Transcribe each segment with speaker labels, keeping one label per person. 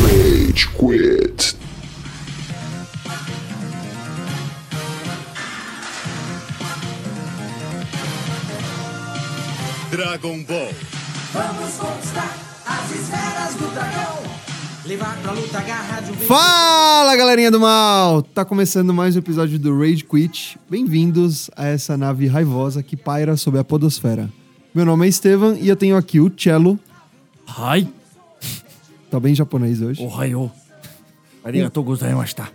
Speaker 1: Rage Quit.
Speaker 2: Dragon Ball.
Speaker 3: Vamos conquistar as esferas do dragão. Levar pra luta a garra de um
Speaker 4: Fala, galerinha do mal! Tá começando mais um episódio do Rage Quit. Bem-vindos a essa nave raivosa que paira sobre a podosfera. Meu nome é Estevam e eu tenho aqui o Cello,
Speaker 5: Ai,
Speaker 4: tá bem japonês hoje.
Speaker 5: ohayo. Arigatou gozaimashita.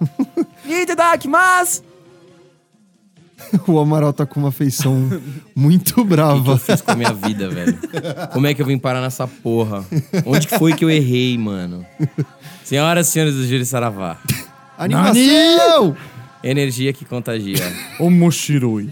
Speaker 4: O Amaral tá com uma feição muito
Speaker 6: que eu
Speaker 4: brava.
Speaker 6: fiz com a minha vida, velho? Como é que eu vim parar nessa porra? Onde que foi que eu errei, mano? Senhoras e senhores do Júlio Saravá,
Speaker 4: Animação!
Speaker 6: energia que contagia.
Speaker 5: Omoshiroi.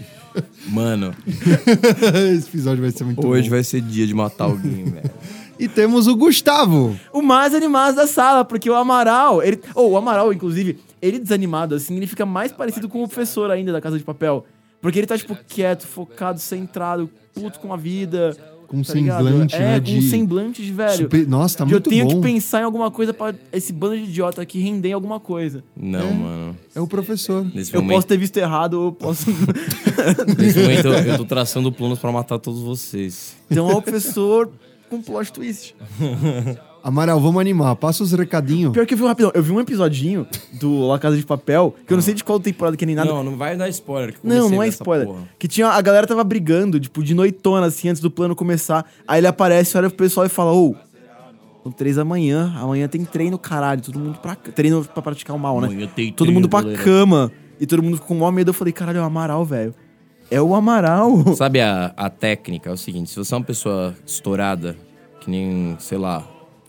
Speaker 6: Mano,
Speaker 4: Esse episódio vai ser muito
Speaker 6: hoje
Speaker 4: bom.
Speaker 6: vai ser dia de matar alguém, velho.
Speaker 4: E temos o Gustavo.
Speaker 5: O mais animado da sala, porque o Amaral, ele. Ou o Amaral, inclusive, ele desanimado assim, ele fica mais parecido com o professor ainda da Casa de Papel. Porque ele tá, tipo, quieto, focado, centrado, puto com a vida.
Speaker 4: Com um
Speaker 5: tá ligado?
Speaker 4: semblante,
Speaker 5: é,
Speaker 4: né,
Speaker 5: com um
Speaker 4: de-
Speaker 5: semblante de velho.
Speaker 4: Super- Nossa, tá
Speaker 5: de eu
Speaker 4: muito
Speaker 5: tenho
Speaker 4: bom.
Speaker 5: que pensar em alguma coisa pra esse bando de idiota aqui render em alguma coisa.
Speaker 6: Não, mano.
Speaker 4: É o professor.
Speaker 6: Nesse
Speaker 5: Eu posso
Speaker 6: momento,
Speaker 5: ter visto errado, ou eu posso.
Speaker 6: nesse momento eu, eu tô traçando planos pra matar todos vocês.
Speaker 5: então é o professor com plot twist.
Speaker 4: Amaral, vamos animar. Passa os recadinhos.
Speaker 5: Pior que eu vi um rapidão. Eu vi um episodinho do La Casa de Papel, que eu não sei de qual temporada que é nem nada.
Speaker 6: Não, não vai dar spoiler. que eu
Speaker 5: Não, não,
Speaker 6: comecei
Speaker 5: é
Speaker 6: nessa
Speaker 5: spoiler.
Speaker 6: porra.
Speaker 5: Que tinha. A galera tava brigando, tipo, de noitona, assim, antes do plano começar. Aí ele aparece, olha pro pessoal e fala: Ô, são três da manhã, amanhã tem treino, caralho. Todo mundo pra. c- Treino pra praticar o mal, né?
Speaker 6: Amanhã tem
Speaker 5: todo
Speaker 6: treino,
Speaker 5: mundo pra
Speaker 6: galera.
Speaker 5: cama. E todo mundo com o maior medo. Eu falei: caralho, é o Amaral, velho. É o Amaral.
Speaker 6: Sabe a, a técnica? É o seguinte, se você é uma pessoa estourada, que nem, sei lá,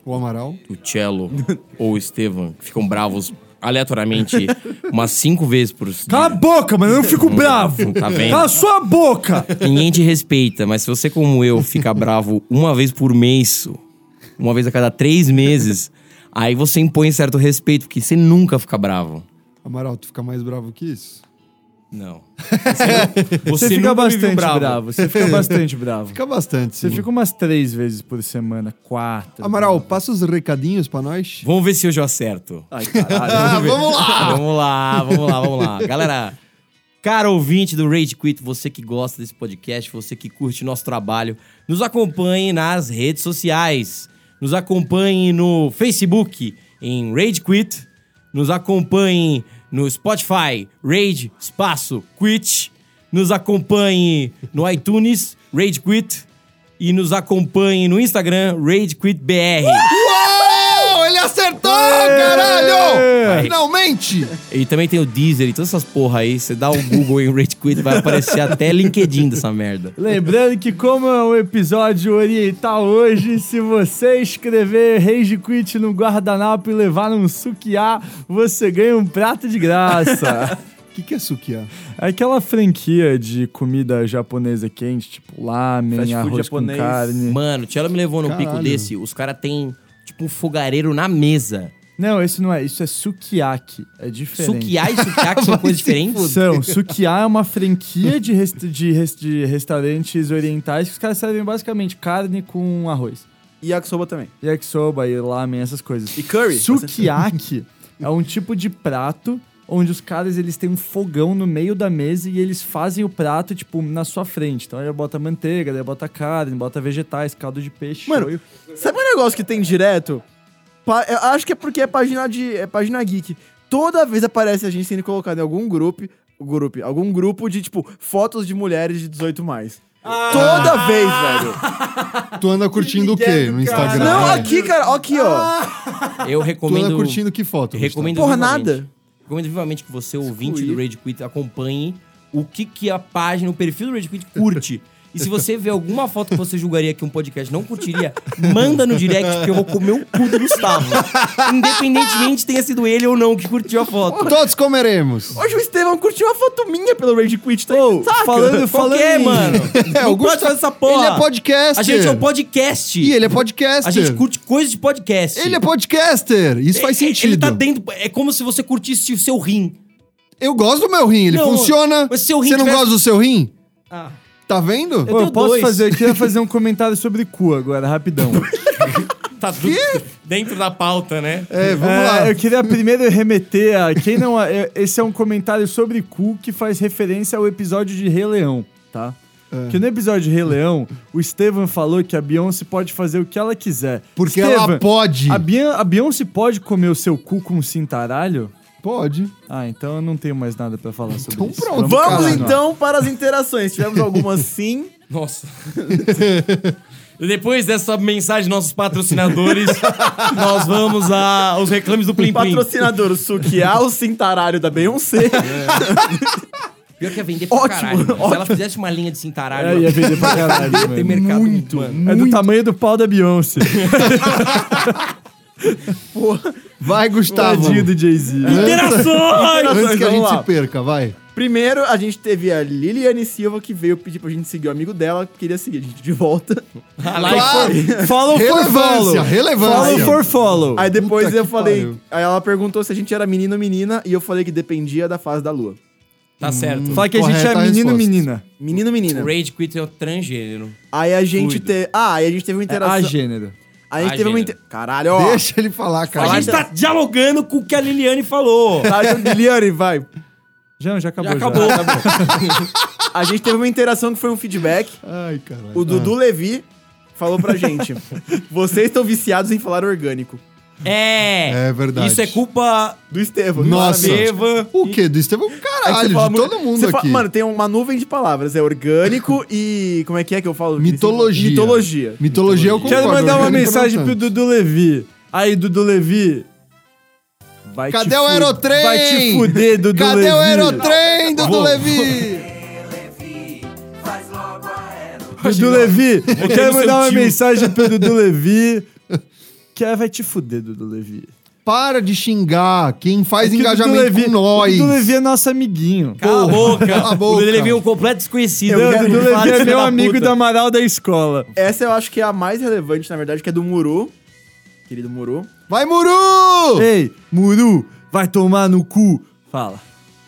Speaker 4: O Amaral.
Speaker 6: o Cello ou o Estevam, que ficam bravos aleatoriamente umas cinco vezes por
Speaker 7: Cala a boca, mano, eu não fico bravo.
Speaker 6: Tá vendo?
Speaker 7: Cala a sua boca.
Speaker 6: Ninguém te respeita, mas se você, como eu, fica bravo uma vez por mês, uma vez a cada três meses, aí você impõe certo respeito, porque você nunca fica bravo.
Speaker 4: Amaral, tu fica mais bravo que isso?
Speaker 6: Não.
Speaker 7: Você,
Speaker 6: nunca me
Speaker 7: fica
Speaker 6: viu
Speaker 7: bastante
Speaker 6: bravo.
Speaker 7: bravo. Você fica bastante bravo.
Speaker 4: Fica bastante, sim.
Speaker 7: Você fica umas três vezes por semana, quatro.
Speaker 4: Amaral, passa os recadinhos pra nós.
Speaker 6: Vamos ver se hoje eu acerto.
Speaker 7: Ai, caralho.
Speaker 4: Ah, vamos lá!
Speaker 6: Vamos lá, vamos lá, vamos lá. Galera, cara ouvinte do Rage Quit, você que gosta desse podcast, você que curte nosso trabalho, nos acompanhe nas redes sociais. Nos acompanhe no Facebook em Rage Quit. Nos acompanhe no Spotify, Rage Espaço Quit. Nos acompanhe no iTunes, Rage Quit. E nos acompanhe no Instagram, Rage Quit
Speaker 4: Uh!
Speaker 6: BR.
Speaker 4: Uou! Ele acertou, caralho!
Speaker 6: Aí.
Speaker 4: Finalmente!
Speaker 6: E também tem o Deezer e todas essas porra aí. Você dá o Google em Rage Quit, vai aparecer até LinkedIn dessa merda.
Speaker 7: Lembrando que como é um episódio oriental hoje, se você escrever Rage Quit no guardanapo e levar num sukiá, você ganha um prato de graça.
Speaker 4: O que, que é sukiá?
Speaker 7: Aquela franquia de comida japonesa quente, tipo
Speaker 5: Fast
Speaker 7: lamen,
Speaker 5: food
Speaker 7: arroz
Speaker 5: japonês.
Speaker 7: com carne.
Speaker 6: Mano, o Tchelo me levou num
Speaker 4: Caralho.
Speaker 6: pico desse. Os caras têm, tipo, um fogareiro na mesa.
Speaker 7: Não, esse não é. Isso é sukiyaki. É diferente.
Speaker 6: Sukiá e sukiá são coisas diferentes?
Speaker 7: São, Sukiá é uma franquia de, rest- de, res- de restaurantes orientais que os caras servem basicamente carne com arroz.
Speaker 5: E Yakisoba também.
Speaker 7: Yakisoba e lamen, essas coisas.
Speaker 5: E curry.
Speaker 7: Sukiyaki é um tipo de prato onde os caras eles têm um fogão no meio da mesa e eles fazem o prato, tipo, na sua frente. Então aí bota manteiga, daí bota carne, bota vegetais, caldo de peixe.
Speaker 5: Mano,
Speaker 7: shoyu.
Speaker 5: Sabe um negócio que tem direto? Pa- eu acho que é porque é página de é página geek. Toda vez aparece a gente sendo colocado em algum grupo, grupo, algum grupo de tipo fotos de mulheres de 18 mais.
Speaker 4: Ah.
Speaker 5: Toda vez, velho.
Speaker 4: Tu anda curtindo o quê no Instagram?
Speaker 5: Não,
Speaker 4: É.
Speaker 5: aqui, cara, ó aqui, ó.
Speaker 4: Ah.
Speaker 6: Eu
Speaker 4: Tu anda
Speaker 6: recomendo...
Speaker 4: curtindo que foto? Gustavo?
Speaker 6: recomendo
Speaker 5: Porra,
Speaker 6: vivamente.
Speaker 5: nada.
Speaker 6: Recomendo vivamente que você, ouvinte
Speaker 5: Excluir.
Speaker 6: do Rage Quit, acompanhe o que, que a página, o perfil do Rage Quit curte. E se você vê alguma foto que você julgaria que um podcast não curtiria, manda no direct que eu vou comer o cu do Gustavo. Independentemente tenha sido ele ou não que curtiu a foto.
Speaker 4: Todos comeremos!
Speaker 5: Hoje o Estevão curtiu uma foto minha pelo Rage Quit, tá
Speaker 7: Ô,
Speaker 5: Saca?
Speaker 7: falando-
Speaker 6: Por
Speaker 7: falando
Speaker 6: quê,
Speaker 7: em-
Speaker 6: mano? Não pode fazer essa porra.
Speaker 4: É, Ele é podcaster!
Speaker 6: A gente é um podcast.
Speaker 4: E ele é podcaster!
Speaker 6: A gente curte coisas de podcast.
Speaker 4: Ele é podcaster! Isso faz
Speaker 6: Ele-
Speaker 4: sentido.
Speaker 6: Ele tá dentro. É como se você curtisse o seu rim.
Speaker 4: Eu gosto do meu rim, ele
Speaker 6: Não,
Speaker 4: funciona.
Speaker 6: mas seu rim
Speaker 4: Você não
Speaker 6: tivesse-
Speaker 4: gosta do seu rim?
Speaker 6: Ah.
Speaker 4: Tá vendo?
Speaker 7: Pô, eu
Speaker 6: tenho
Speaker 7: posso
Speaker 6: dois.
Speaker 7: fazer, eu queria fazer um comentário sobre cu agora, rapidão.
Speaker 6: Tá tudo dentro da pauta, né?
Speaker 4: É, vamos
Speaker 7: É,
Speaker 4: lá.
Speaker 7: Eu queria primeiro remeter a quem não. é, Esse é um comentário sobre cu que faz referência ao episódio de Rei Leão, tá?
Speaker 4: É.
Speaker 7: Que no episódio de Rei Leão, o Estevam falou que a Beyoncé pode fazer o que ela quiser.
Speaker 4: Porque
Speaker 7: Estevam,
Speaker 4: ela pode.
Speaker 7: A, Beyon- a Beyoncé pode comer o seu cu com um cintaralho?
Speaker 4: Pode.
Speaker 7: Ah, então eu não tenho mais nada pra falar sobre
Speaker 4: Então
Speaker 7: isso.
Speaker 4: pronto,
Speaker 5: Vamos
Speaker 7: continuar.
Speaker 5: então para as interações. Tivemos algumas sim.
Speaker 6: Nossa. Depois dessa mensagem dos nossos patrocinadores, nós vamos a- aos reclames do Plim Plim.
Speaker 5: Patrocinador Sukiá, o Cintarário da Beyoncé.
Speaker 6: Pior que ia vender pra
Speaker 5: Ótimo,
Speaker 6: caralho. mano. Se
Speaker 5: ótimo.
Speaker 6: ela fizesse uma linha de cintaralho,
Speaker 7: É, ia vender pra caralho,
Speaker 6: tem
Speaker 7: mano.
Speaker 6: mercado. mano.
Speaker 7: É do tamanho do pau da Beyoncé.
Speaker 4: Vai, Gustavo.
Speaker 7: Tadinho do Jay-Z.
Speaker 6: Interações!
Speaker 4: Antes que a gente
Speaker 5: Vamos lá.
Speaker 4: se perca, vai.
Speaker 5: Primeiro, a gente teve a Liliane Silva, que veio pedir pra gente seguir o amigo dela, que queria seguir a gente de volta.
Speaker 6: Ah, lá e foi.
Speaker 7: Follow for
Speaker 4: Relevância,
Speaker 7: follow. Follow
Speaker 4: relevância.
Speaker 7: for follow.
Speaker 5: Aí depois
Speaker 4: Puta
Speaker 5: eu
Speaker 4: que
Speaker 5: falei.
Speaker 4: pariu.
Speaker 5: Aí ela perguntou se a gente era menino ou menina, e eu falei que dependia da fase da lua.
Speaker 6: Tá certo.
Speaker 7: Fala que a gente é
Speaker 4: Correta a
Speaker 7: menino
Speaker 4: resposta.
Speaker 7: menina.
Speaker 5: Menino ou menina?
Speaker 6: Rage Quit é o transgênero.
Speaker 5: Aí a gente
Speaker 6: Fluido.
Speaker 5: teve. Ah, aí a gente teve uma
Speaker 7: É
Speaker 5: interação.
Speaker 7: a gênero.
Speaker 5: Aí a gente
Speaker 6: A
Speaker 5: teve uma
Speaker 6: gênero.
Speaker 5: inter... Caralho, ó.
Speaker 4: Deixa ele falar, cara.
Speaker 6: A gente tá dialogando com o que a Liliane falou.
Speaker 5: Tá,
Speaker 7: um
Speaker 5: então, Liliane, vai.
Speaker 7: Já, já acabou.
Speaker 6: Já acabou.
Speaker 5: A gente teve uma interação que foi um feedback.
Speaker 4: Ai, caralho.
Speaker 5: O Dudu Levi falou pra gente: Vocês estão viciados em falar orgânico.
Speaker 6: É.
Speaker 4: É verdade.
Speaker 6: Isso é culpa
Speaker 5: Do Estevam.
Speaker 4: Nossa.
Speaker 5: claramente.
Speaker 6: Eva.
Speaker 4: O quê? Do Estevão?
Speaker 5: Aí você
Speaker 4: Caralho, de
Speaker 5: fala mu-
Speaker 4: todo mundo
Speaker 5: você
Speaker 4: aqui.
Speaker 5: fala- mano, tem uma nuvem de palavras. É orgânico e. Como é que é que eu falo?
Speaker 4: Mitologia.
Speaker 5: Mitologia.
Speaker 4: Mitologia eu concordo.
Speaker 7: Quero mandar uma
Speaker 4: orgânico não
Speaker 7: mensagem
Speaker 4: tanto.
Speaker 7: pro Dudu Levi. Aí, Dudu Levi. Vai
Speaker 4: Cadê
Speaker 7: te
Speaker 4: É o
Speaker 7: fu-
Speaker 4: aerotrem?
Speaker 7: Vai te fuder, Dudu
Speaker 4: Cadê
Speaker 7: Levi. Tá
Speaker 4: o aerotrem, Dudu
Speaker 7: Vou-
Speaker 4: Levi?
Speaker 3: Faz logo a aero.
Speaker 7: Dudu Levi, eu
Speaker 6: Quero seu
Speaker 7: quero mandar uma
Speaker 6: tio.
Speaker 7: mensagem pro Dudu Levi. Que é, vai te fuder, Dudu Levi.
Speaker 4: Para de xingar quem faz
Speaker 7: É que o
Speaker 4: engajamento
Speaker 7: Dudu Levi,
Speaker 4: com nós.
Speaker 7: O Dudu Levi é nosso amiguinho.
Speaker 6: Cala a boca.
Speaker 4: Cala a boca.
Speaker 6: O Liliane é um completo desconhecido.
Speaker 7: Não,
Speaker 6: Ele
Speaker 7: o Dudu
Speaker 6: fala,
Speaker 7: Levi é
Speaker 6: filho
Speaker 7: meu
Speaker 6: da
Speaker 7: amigo
Speaker 6: puta.
Speaker 7: da Amaral da escola.
Speaker 5: Essa eu acho que é a mais relevante, na verdade, que é do Muru. Querido Muru.
Speaker 4: Vai, Muru!
Speaker 7: Ei, Muru, vai tomar no cu. Fala.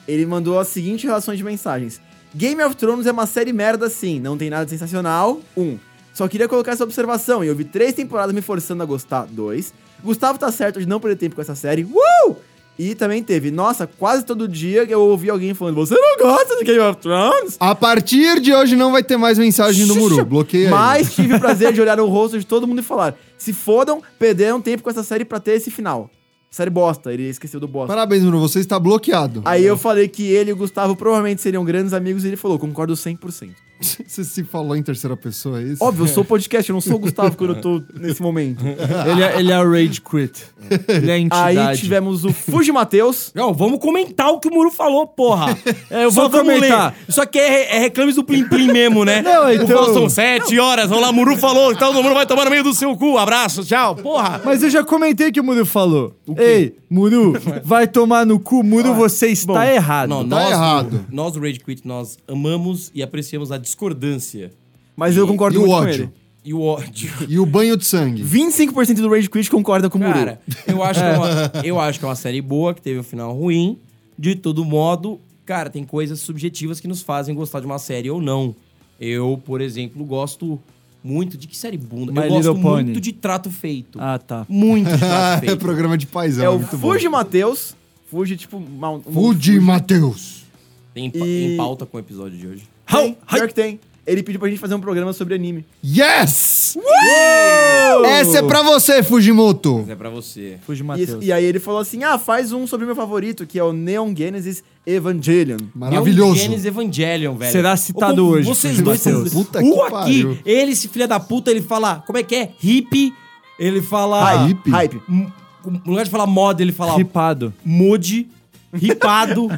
Speaker 5: Ele mandou as seguintes relações de mensagens. Game of Thrones é uma série merda sim, não tem nada sensacional. 1. Um, só queria colocar essa observação e eu vi três temporadas me forçando a gostar. 2. Gustavo tá certo de não perder tempo com essa série. Uh! E também teve, nossa, quase todo dia eu ouvi alguém falando: Você não gosta de Game of Thrones?
Speaker 4: A partir de hoje não vai ter mais mensagem do Muru. Bloqueia ele.
Speaker 5: Mas tive o prazer de olhar o rosto de todo mundo e falar: Se fodam, perderam tempo com essa série pra ter esse final. Série bosta, ele esqueceu do bosta.
Speaker 4: Parabéns, Muru. Você está bloqueado.
Speaker 5: Aí eu falei que ele e o Gustavo provavelmente seriam grandes amigos e ele falou: Concordo 100%.
Speaker 4: Você se falou em terceira pessoa, é isso?
Speaker 5: Óbvio, eu sou podcast, eu não sou o Gustavo quando eu tô nesse momento.
Speaker 7: Ele é, ele é o Rage Quit. Ele é a entidade.
Speaker 5: Aí tivemos o Fuji Matheus.
Speaker 6: Não, vamos comentar o que o Muro falou, porra. É, eu
Speaker 7: Só
Speaker 6: vou comentar.
Speaker 7: comentar.
Speaker 6: Ler. Isso aqui é, é reclames do Plim Plim mesmo, né?
Speaker 7: Não,
Speaker 6: O
Speaker 7: então-
Speaker 6: Faustão, sete horas. Vamos lá, Muru falou. Então todo mundo vai tomar no meio do seu cu. Abraço, tchau. Porra.
Speaker 7: Mas eu já comentei que o Muru falou. Ei, Muru, vai tomar no cu. Muru, você está errado.
Speaker 6: Não,
Speaker 4: tá
Speaker 6: nós,
Speaker 4: errado.
Speaker 6: Nós do Rage Quit, nós amamos e apreciamos a discordância
Speaker 5: Mas eu concordo
Speaker 4: e o
Speaker 5: muito com
Speaker 4: ódio?
Speaker 5: ele.
Speaker 6: e o ódio.
Speaker 4: E o banho de sangue.
Speaker 5: 25% do Rage Quit concorda com o Muru.
Speaker 6: Cara, eu acho, que é uma, eu acho que é uma série boa, que teve um final ruim. De todo modo, cara, tem coisas subjetivas que nos fazem gostar de uma série ou não. Eu, por exemplo, gosto muito de que série bunda.
Speaker 7: My
Speaker 6: eu gosto
Speaker 7: Little Pony.
Speaker 6: muito de trato feito.
Speaker 7: Ah, tá.
Speaker 6: Muito de trato
Speaker 4: é
Speaker 6: feito.
Speaker 4: programa de paisão.
Speaker 5: é o
Speaker 4: muito
Speaker 5: Fuji Matheus. Fuji, tipo, mal. um-
Speaker 4: bom. Fuji Matheus.
Speaker 6: Tem, pa-
Speaker 5: E-
Speaker 6: tem pauta com o episódio de hoje.
Speaker 5: Tem, pior que tem. Ele pediu pra gente fazer um programa sobre anime.
Speaker 4: Yes! Essa é pra você, Fujimoto.
Speaker 6: Mas é pra você.
Speaker 7: Fuji
Speaker 5: E,
Speaker 7: Matheus.
Speaker 5: e aí ele falou assim: Ah, faz um sobre o meu favorito, que é o Neon Genesis Evangelion.
Speaker 4: Maravilhoso.
Speaker 6: Gênesis Evangelion, velho.
Speaker 7: Será citado
Speaker 6: Ô,
Speaker 7: hoje,
Speaker 6: Vocês
Speaker 7: Felipe
Speaker 6: dois são...
Speaker 7: Mateus.
Speaker 4: Puta
Speaker 6: o
Speaker 4: que
Speaker 6: aqui,
Speaker 4: pariu.
Speaker 6: ele, esse filho da puta, ele fala... Como é que é? Hippie. Ele fala...
Speaker 4: Hype.
Speaker 5: Hype.
Speaker 6: M- No lugar de falar moda, ele fala...
Speaker 7: Ripado.
Speaker 6: Mode. Ripado.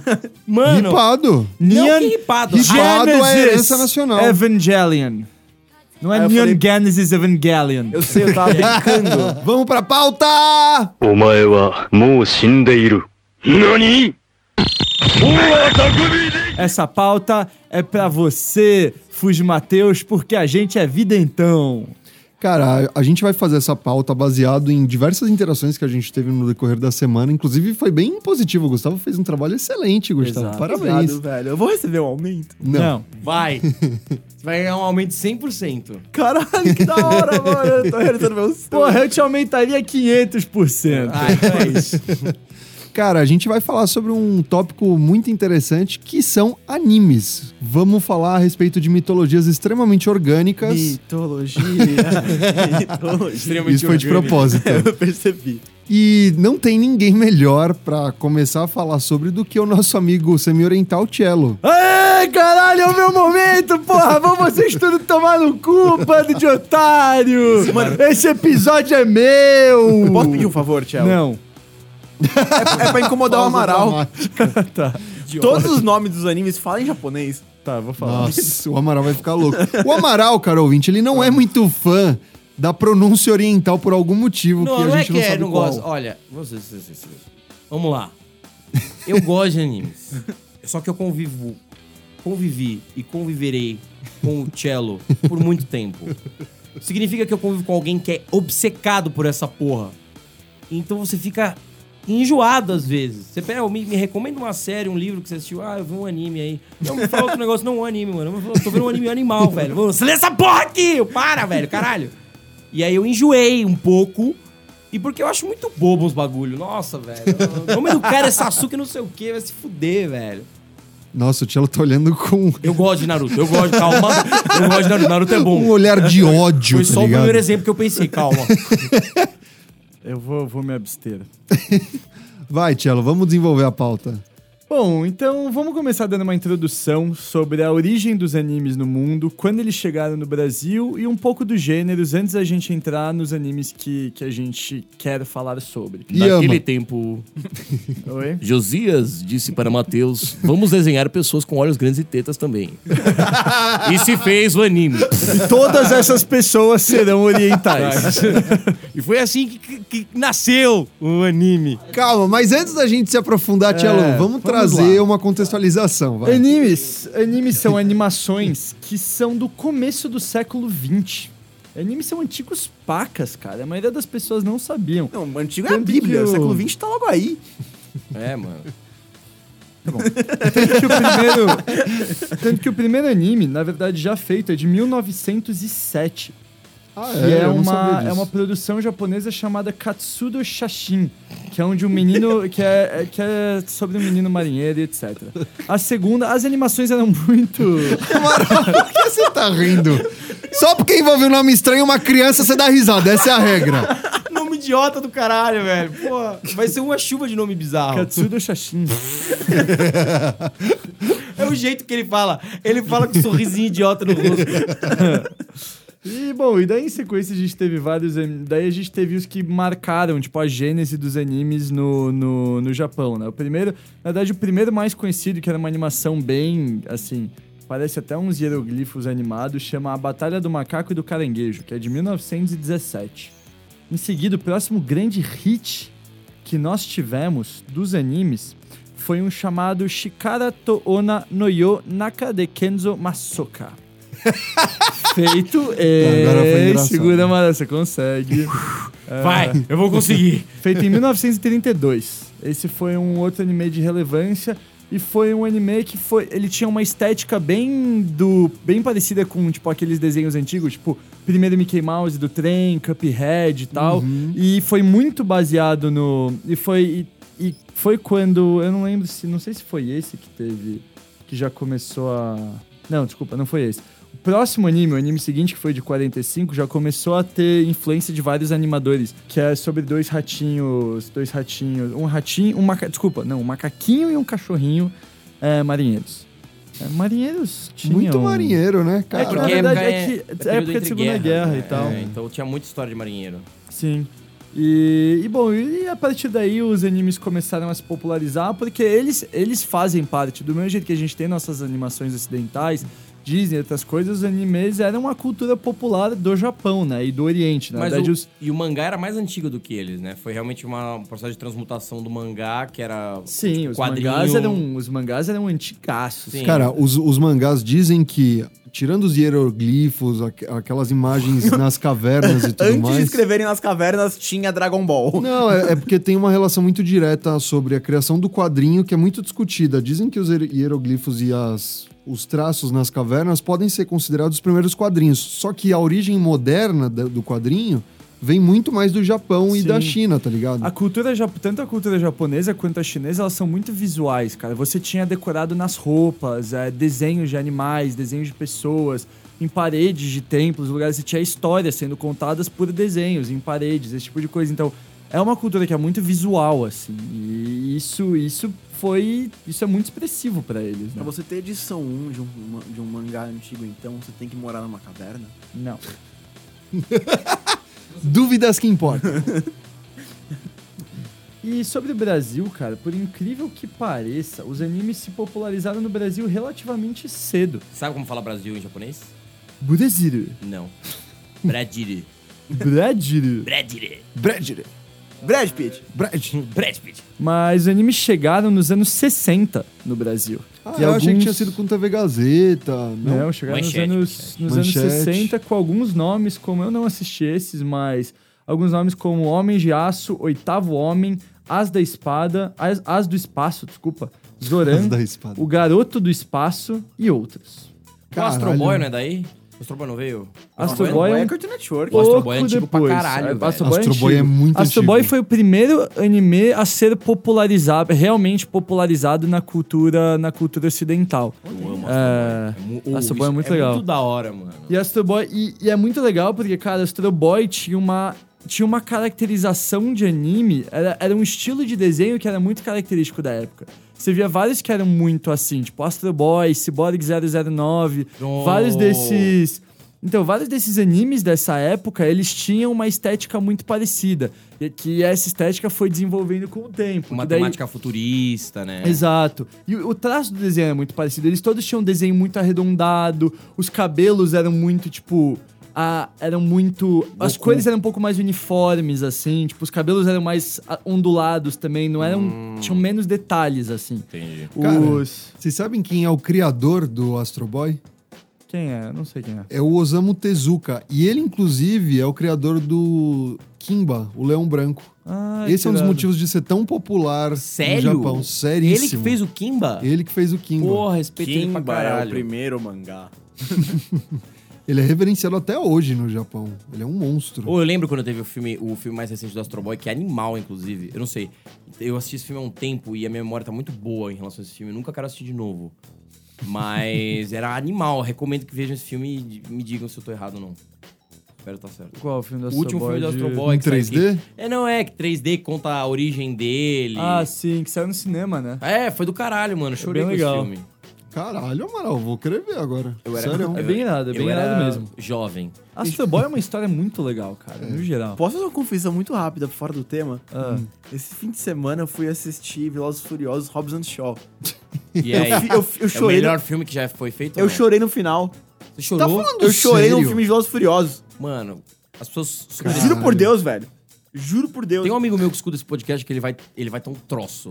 Speaker 6: Mano...
Speaker 4: Ripado.
Speaker 6: Não, que
Speaker 7: Neon
Speaker 6: ripado.
Speaker 4: Ripado.
Speaker 6: Ah,
Speaker 4: Ripado é
Speaker 7: Genesis
Speaker 4: herança nacional.
Speaker 7: Evangelion. Não é
Speaker 5: Aí eu
Speaker 7: Neon
Speaker 5: falei-
Speaker 7: Genesis Evangelion.
Speaker 5: Eu sei, eu tava brincando.
Speaker 4: Vamos pra pauta!
Speaker 1: お前はもう死んでいる。何
Speaker 7: Essa pauta é pra você, Fuji Matheus, porque a gente é videntão.
Speaker 4: Cara, a, a gente vai fazer essa pauta baseado em diversas interações que a gente teve no decorrer da semana. Inclusive, foi bem positivo. O Gustavo fez um trabalho excelente, Gustavo.
Speaker 7: Exato.
Speaker 4: Parabéns.
Speaker 5: Obrigado, velho. Eu vou receber um aumento.
Speaker 4: Não.
Speaker 6: Vai. Você vai ganhar um aumento de 100%.
Speaker 5: Caralho, que da hora, mano. Eu tô realizando meu sonho.
Speaker 7: Porra, eu te aumentaria 500%.
Speaker 6: Ah, então é isso.
Speaker 4: Cara, a gente vai falar sobre um tópico muito interessante que são animes. Vamos falar a respeito de mitologias extremamente orgânicas.
Speaker 5: Mitologia. Mitologia.
Speaker 6: Extremamente
Speaker 4: Isso foi de
Speaker 6: orgânico.
Speaker 4: propósito.
Speaker 5: Eu percebi.
Speaker 4: E não tem ninguém melhor pra começar a falar sobre do que o nosso amigo semi-oriental Cello.
Speaker 7: Aê, caralho, é o meu momento, porra! Vão vocês tudo tomar no cu, bando de otário! esse episódio é meu!
Speaker 5: Posso pedir um favor, Tchel?
Speaker 7: Não.
Speaker 5: É pra incomodar o Amaral.
Speaker 7: Tá,
Speaker 5: Todos os nomes dos animes falam em japonês.
Speaker 7: tá, vou falar.
Speaker 4: Nossa, o Amaral vai ficar louco. O Amaral, cara ouvinte, ele não é muito fã da pronúncia oriental por algum motivo
Speaker 6: Não,
Speaker 4: que a
Speaker 6: não é
Speaker 4: gente
Speaker 6: que
Speaker 4: não
Speaker 6: é,
Speaker 4: sabe
Speaker 6: não
Speaker 4: qual.
Speaker 6: gosto. Olha, você, você, você, você. vamos lá. Eu gosto de animes. Só que eu convivo, convivi e conviverei com o cello por muito tempo. Significa que eu convivo com alguém que é obcecado por essa porra. Então você fica enjoado às vezes. Você pega, me, me recomenda uma série, um livro que você assistiu. Ah, eu vi um anime aí. Não, me fala outro negócio. Não, um anime, mano. Eu vou- tô vendo um anime animal, velho. Vou, Você lê essa porra aqui! Eu, Para, velho, caralho. E aí eu enjoei um pouco. E porque eu acho muito bobo os bagulho. Nossa, velho. O nome do cara é Sasuke não sei o que. Vai se fuder, velho.
Speaker 4: Nossa, o Cello tá olhando com
Speaker 6: Eu gosto de Naruto. Eu gosto, calma. Eu gosto de Naruto. Naruto é
Speaker 4: um
Speaker 6: bom.
Speaker 4: olhar de ódio,
Speaker 6: Foi
Speaker 4: tá
Speaker 6: só o
Speaker 4: ligado?
Speaker 6: primeiro exemplo que eu pensei. Calma.
Speaker 7: Eu vou, vou me abster.
Speaker 4: Vai, Cello, vamos desenvolver a pauta.
Speaker 7: Bom, então vamos começar dando uma introdução sobre a origem dos animes no mundo, quando eles chegaram no Brasil e um pouco dos gêneros antes da gente entrar nos animes que, que a gente quer falar sobre.
Speaker 4: E ama.
Speaker 6: tempo,
Speaker 7: Oi?
Speaker 6: Josias disse para Mateus: Vamos desenhar pessoas com olhos grandes e tetas também. e se fez o anime.
Speaker 7: E todas essas pessoas serão orientais.
Speaker 6: E foi assim que, que- que nasceu o anime.
Speaker 4: Calma, mas antes da gente se
Speaker 6: É,
Speaker 4: aprofundar, Cello, vamos,
Speaker 7: vamos
Speaker 4: trazer
Speaker 7: lá.
Speaker 4: uma contextualização, vai.
Speaker 7: Animes, animes são animações que são do começo do século 20. Animes são antigos pacas, cara. A maioria das pessoas não sabiam.
Speaker 5: Não, o antigo é a
Speaker 7: Tanto
Speaker 5: Bíblia. O
Speaker 7: que o-
Speaker 5: século XX tá logo aí.
Speaker 6: É, mano.
Speaker 7: Tanto que o primeiro, tanto que o primeiro anime, na verdade, já feito, é de 1907.
Speaker 4: Ah,
Speaker 7: que é
Speaker 4: eu não sabia
Speaker 7: uma,
Speaker 4: disso.
Speaker 7: é uma produção japonesa chamada Katsudo Shashin, que é onde um menino. que é, é- que é sobre um menino marinheiro e etc. A segunda, as animações eram muito.
Speaker 4: Amaral, por que você tá rindo? Só porque envolve um nome estranho uma criança, você dá risada. Essa é a regra.
Speaker 6: Nome idiota do caralho, velho. Pô, vai ser uma chuva de nome bizarro.
Speaker 7: Katsudo Shashin.
Speaker 6: É o jeito que ele fala. Ele fala com um sorrisinho idiota no rosto.
Speaker 7: E, bom, e daí em sequência a gente teve vários. an- Daí a gente teve os que marcaram, tipo, a gênese dos animes no, no, no Japão, né? O primeiro, na verdade, o primeiro mais conhecido, que era uma animação bem, assim, parece até uns hieroglifos animados, chama A Batalha do Macaco e do Caranguejo, que é de 1917. Em seguida, o próximo grande hit que nós tivemos dos animes foi um chamado Shikara to Ona no Yo Naka de Kenzo Masoka. Feito.
Speaker 4: Agora foi
Speaker 7: É,
Speaker 4: engraçado.
Speaker 7: segura, Mara, você consegue.
Speaker 6: Vai, eu vou conseguir.
Speaker 7: Feito em 1932. Esse foi um outro anime de relevância e foi um anime que foi, ele tinha uma estética bem do bem parecida com tipo aqueles desenhos antigos, tipo primeiro Mickey Mouse do trem, Cuphead e tal, e foi muito baseado no e foi e, e foi quando eu não lembro se não sei se foi esse que teve que já começou a não, desculpa, não foi esse. O próximo anime, o anime seguinte, que foi de 45, já começou a ter influência de vários animadores, que é sobre dois ratinhos, dois ratinhos, um ratinho, um maca... desculpa, não, um macaquinho e um cachorrinho é, marinheiros. É, marinheiros tinham...
Speaker 4: Muito marinheiro, né, cara?
Speaker 7: É porque na
Speaker 6: a
Speaker 7: verdade
Speaker 6: época
Speaker 7: é que-
Speaker 6: um- é
Speaker 7: é
Speaker 6: período
Speaker 7: época de
Speaker 6: entre
Speaker 7: Segunda Guerra e
Speaker 6: né?
Speaker 7: tal.
Speaker 6: É, então tinha muita história de marinheiro.
Speaker 7: Sim. E, e, bom, e a partir daí os animes começaram a se popularizar porque eles, eles fazem parte do mesmo jeito que a gente tem nossas animações ocidentais, Disney, outras coisas, os animes eram uma cultura popular do Japão, né? E do Oriente, na
Speaker 6: Mas
Speaker 7: verdade.
Speaker 6: o-
Speaker 7: os-
Speaker 6: E o mangá era mais antigo do que eles, né? Foi realmente uma, um processo de transmutação do mangá, que era
Speaker 7: Sim, os um-
Speaker 6: quadrinho.
Speaker 7: mangás eram, os mangás eram antigaços.
Speaker 6: Sim.
Speaker 4: Cara, os, os mangás dizem que tirando os hieroglifos, aqu- aquelas imagens nas cavernas e tudo
Speaker 5: Antes
Speaker 4: mais.
Speaker 5: de um- escreverem nas cavernas, tinha Dragon Ball.
Speaker 4: Não, é, é porque tem uma relação muito direta sobre a criação do quadrinho que é muito discutida. Dizem que os hier- hieroglifos e as- os traços nas cavernas podem ser considerados os primeiros quadrinhos. Só que a origem moderna da- do quadrinho vem muito mais do Japão e
Speaker 7: Sim.
Speaker 4: da China, tá ligado?
Speaker 7: A cultura, jap- tanto a cultura japonesa quanto a chinesa, elas são muito visuais, cara. Você tinha decorado nas roupas, eh, desenhos de animais, desenhos de pessoas, em paredes de templos, lugares você tinha histórias sendo contadas por desenhos, em paredes, esse tipo de coisa. Então, é uma cultura que é muito visual, assim. E isso, isso foi. Isso é muito expressivo pra eles,
Speaker 5: Pra
Speaker 7: né?
Speaker 5: você ter edição 1 de um, ma- de um mangá antigo, então, você tem que morar numa caverna?
Speaker 7: Não.
Speaker 4: Dúvidas que importam.
Speaker 7: E sobre o Brasil, cara, por incrível que pareça, os animes se popularizaram no Brasil relativamente cedo.
Speaker 6: Sabe como fala Brasil em japonês?
Speaker 7: Brasil.
Speaker 6: Não. Bradire.
Speaker 7: Brasil.
Speaker 6: Bradire.
Speaker 4: Brad, dire-
Speaker 5: Brad Pitt!
Speaker 4: Brad.
Speaker 6: Brad Pitt.
Speaker 7: Mas os animes chegaram nos anos 60 no Brasil.
Speaker 4: Ah, eu achei que tinha sido com TV Gazeta. Não.
Speaker 7: Não, chegaram
Speaker 6: Manchete,
Speaker 7: nos, anos, nos anos
Speaker 4: Manchete.
Speaker 7: 60 com alguns nomes, como eu não assisti esses, mas alguns nomes como Homem de Aço, Oitavo Homem, As da Espada, As, As do Espaço, desculpa, Zoran,
Speaker 4: As da Espada.
Speaker 7: O Garoto do Espaço e outros.
Speaker 4: Caralho.
Speaker 6: O Astro Boy não é daí? O Astro Boy não veio?
Speaker 7: Astro
Speaker 6: Não,
Speaker 7: Boy é
Speaker 5: é
Speaker 7: um
Speaker 5: Cartoon Network.
Speaker 6: O Astro
Speaker 7: pouco
Speaker 6: Boy é antigo pra
Speaker 7: depois.
Speaker 6: caralho, velho.
Speaker 7: Astro Boy,
Speaker 4: Astro Boy é
Speaker 7: antigo.
Speaker 4: muito
Speaker 7: Astro
Speaker 4: antigo.
Speaker 7: Boy foi o primeiro anime a ser popularizado, realmente popularizado na cultura, na cultura ocidental.
Speaker 6: Eu amo
Speaker 7: É,
Speaker 6: Astro Boy. Mu-
Speaker 7: Astro
Speaker 6: oh,
Speaker 7: Boy é
Speaker 6: isso
Speaker 7: muito legal.
Speaker 6: muito da hora, mano.
Speaker 7: E Astro Boy. E, e é muito legal porque, cara, Astro Boy tinha uma. Tinha uma caracterização de anime, era, era um estilo de desenho que era muito característico da época. Você via vários que eram muito assim, tipo Astro Boy, Cyborg 009,
Speaker 6: Oh.
Speaker 7: vários desses. Então, vários desses animes dessa época, eles tinham uma estética muito parecida. E que essa estética foi desenvolvendo com o tempo.
Speaker 6: Uma
Speaker 7: que daí-
Speaker 6: temática futurista,
Speaker 7: É.
Speaker 6: né?
Speaker 7: Exato. E o o traço do desenho é muito parecido. Eles todos tinham um desenho muito arredondado, os cabelos eram muito, tipo. a- eram muito. As
Speaker 6: Goku.
Speaker 7: cores eram um pouco mais uniformes, assim. Tipo, os cabelos eram mais ah, ondulados também, não eram. Tinham menos detalhes, assim.
Speaker 6: Entendi.
Speaker 4: Cara.
Speaker 7: Os.
Speaker 4: Vocês sabem quem é o criador do Astro Boy?
Speaker 7: Quem é? Eu não sei quem é.
Speaker 4: É o Osamu Tezuka. E ele, inclusive, é o criador do Kimba, o Leão Branco.
Speaker 7: Ah,
Speaker 4: Esse é um dos
Speaker 7: tirado.
Speaker 4: motivos de ser tão popular
Speaker 6: Sério?
Speaker 4: no Japão. Seríssimo.
Speaker 6: Ele que fez o Kimba?
Speaker 4: Ele que fez o Kimba.
Speaker 6: Porra, respeito ele pra
Speaker 5: Kimba é o
Speaker 6: caralho.
Speaker 5: primeiro mangá.
Speaker 4: Ele é reverenciado até hoje no Japão. Ele é um monstro.
Speaker 6: Ou eu lembro quando teve o filme, o filme mais recente do Astro Boy, que é animal, inclusive. Eu não sei. Eu assisti esse filme há um tempo e a minha memória tá muito boa em relação a esse filme. Eu nunca quero assistir de novo. Mas era animal. Eu Recomendo que vejam esse filme e d- me digam se eu tô errado ou não. Espero estar certo.
Speaker 7: Qual é o filme do
Speaker 6: O
Speaker 7: Astro
Speaker 6: último
Speaker 7: Boy
Speaker 6: filme do
Speaker 7: de-
Speaker 6: Astro Boy.
Speaker 4: Em
Speaker 6: que saiu
Speaker 4: 3D?
Speaker 6: aqui- É, não, é que 3D conta a origem dele.
Speaker 7: Ah, sim, que saiu no cinema, né?
Speaker 6: É, foi do caralho, mano. Eu Chorei
Speaker 7: bem
Speaker 6: com
Speaker 7: legal.
Speaker 6: esse filme.
Speaker 4: Caralho, Amaral, vou querer ver agora.
Speaker 6: Eu era-
Speaker 4: Sério.
Speaker 7: É bem irado, é
Speaker 6: eu
Speaker 7: bem
Speaker 6: era
Speaker 7: irado mesmo.
Speaker 6: Jovem.
Speaker 7: Astro Boy é uma história muito legal, cara, no geral.
Speaker 5: Posso fazer uma confissão muito rápida, fora do tema? Hum.
Speaker 7: Ah.
Speaker 5: Esse fim de semana eu fui assistir Velozes e Furiosos, Hobbs and Shaw.
Speaker 6: E aí?
Speaker 5: Eu, fi- eu fi- eu
Speaker 6: é o
Speaker 5: chorei,
Speaker 6: melhor
Speaker 5: no,
Speaker 6: filme que já foi feito? ou
Speaker 5: eu
Speaker 6: não?
Speaker 5: chorei Tá no final.
Speaker 6: Você chorou?
Speaker 4: falando
Speaker 5: Eu chorei no
Speaker 4: sério?
Speaker 5: filme de Velozes e Furiosos.
Speaker 6: Mano, as pessoas
Speaker 4: Caralho.
Speaker 5: Juro por Deus, velho. Juro por Deus.
Speaker 6: Tem um amigo meu que escuta esse podcast que ele vai, ele vai ter um troço.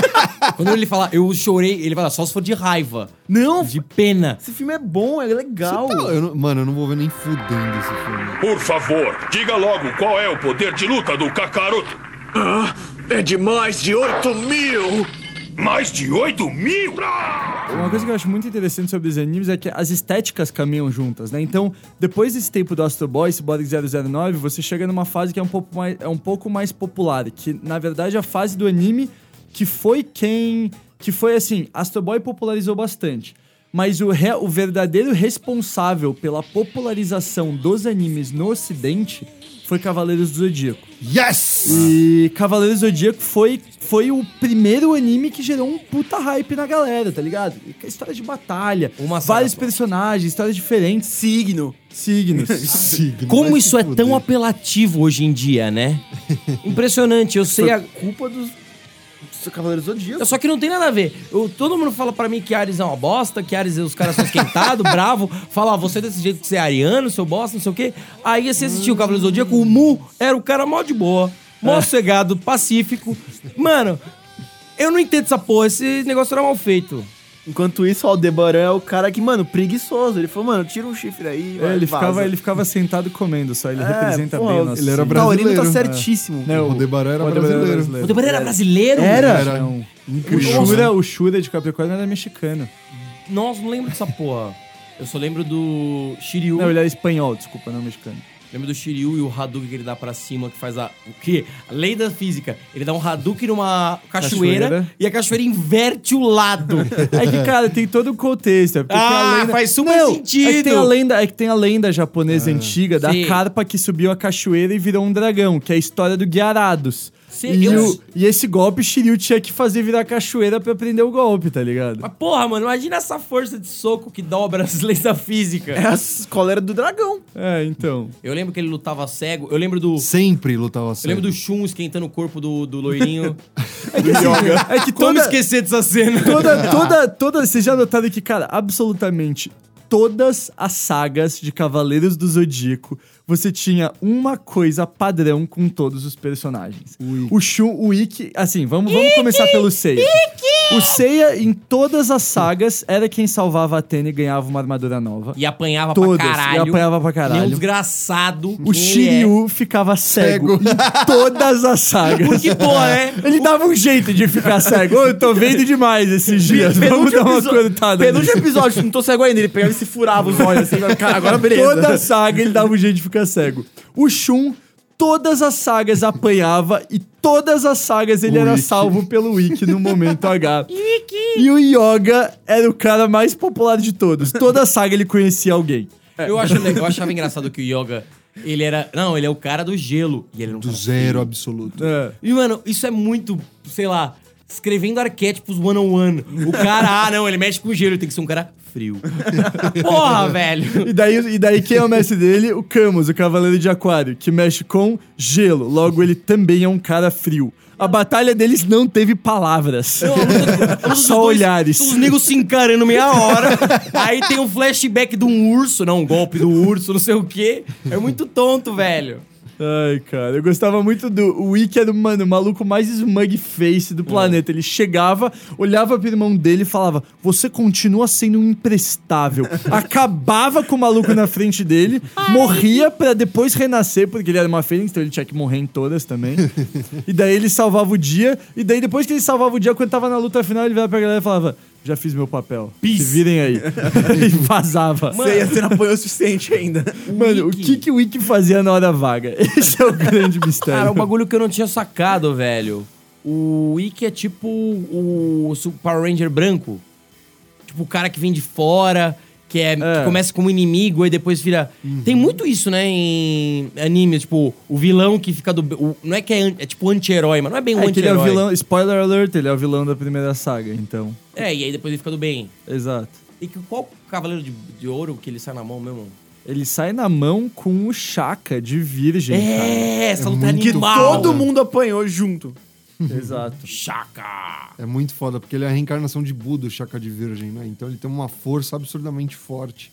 Speaker 6: Quando ele falar, eu chorei, ele vai lá, só se for de raiva,
Speaker 5: Não,
Speaker 6: de pena.
Speaker 5: esse filme é bom, é legal.
Speaker 4: Você tá- eu não- Mano, eu não vou ver nem fudendo esse filme.
Speaker 2: Por favor, diga logo qual é o poder de luta do Kakaroto.
Speaker 8: É de mais de 8 mil!
Speaker 2: Mais de 8 mil?
Speaker 7: Uma coisa que eu acho muito interessante sobre os animes é que as estéticas caminham juntas, né? Então, depois desse tempo do Astro Boy, Cyborg 009, você chega numa fase que é um pouco mais, é um pouco mais popular, que na verdade é a fase do anime que foi quem... que foi assim, Astro Boy popularizou bastante. Mas o, re- o verdadeiro responsável pela popularização dos animes no ocidente foi Cavaleiros do Zodíaco.
Speaker 4: Yes!
Speaker 7: E Cavaleiro do Zodíaco foi, foi o primeiro anime que gerou um puta hype na galera, tá ligado? E História de batalha,
Speaker 6: Uma saga
Speaker 7: vários
Speaker 6: só.
Speaker 7: personagens, histórias diferentes, signo, signos.
Speaker 4: Signo,
Speaker 6: Como
Speaker 4: vai
Speaker 6: isso
Speaker 4: se
Speaker 6: é
Speaker 4: fuder.
Speaker 6: tão apelativo hoje em dia, né? Impressionante, eu sei. a-
Speaker 5: culpa dos dos Cavaleiros do Zodíaco.
Speaker 6: Só que não tem nada a ver. Eu- todo mundo fala pra mim que Ares é uma bosta, que Ares os caras são esquentados, bravo. Fala, ah, você é desse jeito que você é ariano, seu bosta, não sei o quê. Aí você assistiu o Cavaleiro do Zodíaco, o Mu era o cara mó de boa, mó cegado, pacífico. Mano, eu não entendo essa porra, esse negócio era mal feito.
Speaker 5: Enquanto isso, o Aldebaran é o cara que, mano, preguiçoso. Ele falou, mano, tira um chifre aí.
Speaker 7: É,
Speaker 5: vai,
Speaker 7: ele,
Speaker 5: vaza.
Speaker 7: ficava, ele ficava sentado comendo só, ele
Speaker 5: É,
Speaker 7: representa
Speaker 5: pô,
Speaker 7: bem o nosso.
Speaker 4: ele
Speaker 7: Né?
Speaker 4: era
Speaker 7: signo.
Speaker 5: Taurino tá
Speaker 4: brasileiro, né?
Speaker 5: certíssimo.
Speaker 7: Não,
Speaker 4: O Aldebaran era
Speaker 7: Aldebaran
Speaker 4: brasileiro.
Speaker 6: O Debandeira era brasileiro?
Speaker 5: Era?
Speaker 4: Era
Speaker 7: Não. O
Speaker 4: incrível.
Speaker 7: Shura, o Shura de Capricórnio era mexicano.
Speaker 6: Nossa, não lembro dessa porra. Eu só lembro do Shiryu.
Speaker 7: Não, ele era espanhol, desculpa, não mexicano.
Speaker 6: Lembro do Shiryu e o Hadouken que ele dá pra cima, que faz a. O quê? A lei da física. Ele dá um Hadouken numa cachoeira,
Speaker 7: Cachoeira.
Speaker 6: e a cachoeira inverte o lado.
Speaker 7: É que, cara, tem todo o contexto. É porque tem
Speaker 6: Ah,
Speaker 7: a lenda...
Speaker 6: faz super
Speaker 7: É que, tem a
Speaker 6: sentido.
Speaker 7: lenda, é que tem a lenda japonesa antiga da
Speaker 6: Sim.
Speaker 7: carpa que subiu a cachoeira e virou um dragão, que é a história do Gyarados.
Speaker 6: Sim,
Speaker 7: E,
Speaker 6: eu-
Speaker 7: o- e esse golpe, Shiryu tinha que fazer virar cachoeira pra aprender o golpe, tá ligado?
Speaker 6: Mas porra, mano, imagina essa força de soco que dobra as leis da física.
Speaker 5: É a escoleira do dragão.
Speaker 7: É, então.
Speaker 6: Eu lembro que ele lutava cego. Eu lembro do.
Speaker 4: Sempre lutava
Speaker 6: Eu lembro
Speaker 4: sempre.
Speaker 6: do Shun esquentando o corpo do, do loirinho.
Speaker 7: É que, assim, é que
Speaker 6: Como
Speaker 7: toda,
Speaker 6: esquecer dessa cena?
Speaker 7: toda, toda, toda, vocês já notaram que, cara, absolutamente todas as sagas de Cavaleiros do Zodíaco, você tinha uma coisa padrão com todos os personagens. O Shun, o Ikki, assim, vamos, vamos começar pelo Seiya. O Seiya, em todas as sagas, era quem salvava a Atena e ganhava uma armadura nova.
Speaker 6: E apanhava
Speaker 7: Todas,
Speaker 6: pra caralho.
Speaker 7: e apanhava pra caralho.
Speaker 6: E é um desgraçado.
Speaker 7: O
Speaker 6: que ele é.
Speaker 7: Shiryu ficava cego, em todas as sagas.
Speaker 6: Por que porra, né?
Speaker 7: Ele dava um jeito de ficar cego. Ô, eu tô vendo demais esses dias. Vamos dar uma cortada.
Speaker 5: Penúltimo
Speaker 7: nisso.
Speaker 5: episódio, não tô cego ainda. Ele pegava e se furava os olhos assim. Cara, agora beleza.
Speaker 7: É Toda a saga ele dava um jeito de ficar cego. O Shun, todas as sagas apanhava e todas as sagas ele
Speaker 4: O
Speaker 7: era
Speaker 4: Ikki.
Speaker 7: salvo pelo Ikki no momento H. E o Yoga era o cara mais popular de todos. Toda saga ele conhecia alguém.
Speaker 6: Eu, acho, le- eu achava engraçado que o Yoga, ele era. Não, ele é o cara do gelo. E ele não
Speaker 4: Do zero absoluto.
Speaker 7: É.
Speaker 6: E, mano, isso é muito, sei lá, escrevendo arquétipos one-on-one. O cara, ah, não, ele mexe com gelo, ele tem que ser um cara frio. Porra, velho.
Speaker 7: E daí, e daí quem é o mestre dele? O Camus, o Cavaleiro de Aquário, que mexe com gelo. Logo, ele também é um cara frio. A batalha deles não teve palavras.
Speaker 6: Não, a luta- a luta Um dos
Speaker 7: Só
Speaker 6: dois,
Speaker 7: olhares.
Speaker 6: Os negros se encarando meia hora. Aí tem um flashback de um urso, não, um golpe do urso, não sei o quê. É muito tonto, velho.
Speaker 7: Ai, cara, eu gostava muito do. O Ikki era, mano, o maluco mais smug face do planeta. Ele chegava, olhava pro irmão dele e falava: Você continua sendo um imprestável. Acabava com o maluco na frente dele, morria pra depois renascer, porque ele era uma fênix, então ele tinha que morrer em todas também. e daí ele salvava o dia, e daí depois que ele salvava o dia, quando tava na luta final, ele virava pra galera e falava: Já fiz meu papel. Se virem aí. e vazava.
Speaker 5: Sei, você não apanhou o suficiente ainda.
Speaker 7: Mano, o
Speaker 6: Wiki.
Speaker 7: que, que o Wiki fazia na hora vaga? Esse é o grande mistério.
Speaker 6: Cara, um bagulho que eu não tinha sacado, velho. O Ikki é tipo o Su- Power Ranger branco. Tipo o cara que vem de fora, que, é, que começa como inimigo e depois vira.
Speaker 7: Uhum.
Speaker 6: Tem muito isso, né, em anime. Tipo, o vilão que fica do. o- não é que é, an- é tipo anti-herói, mas não é bem um
Speaker 7: É que ele é o
Speaker 6: anti-herói.
Speaker 7: vilão. Spoiler alert, ele é o vilão da primeira saga, então.
Speaker 6: É, e aí depois ele fica do bem.
Speaker 7: Exato.
Speaker 6: E que, qual cavaleiro de, de ouro que ele sai na mão mesmo?
Speaker 7: Ele sai na mão com o Chaka de virgem,
Speaker 6: É, essa luta é
Speaker 4: muito
Speaker 6: animal.
Speaker 5: Todo mundo apanhou junto.
Speaker 7: cara. Uhum. Exato.
Speaker 6: Chaka!
Speaker 4: É muito foda, porque ele é a reencarnação de Buda, o Chaka de Virgem, né? Então ele tem uma força absurdamente forte.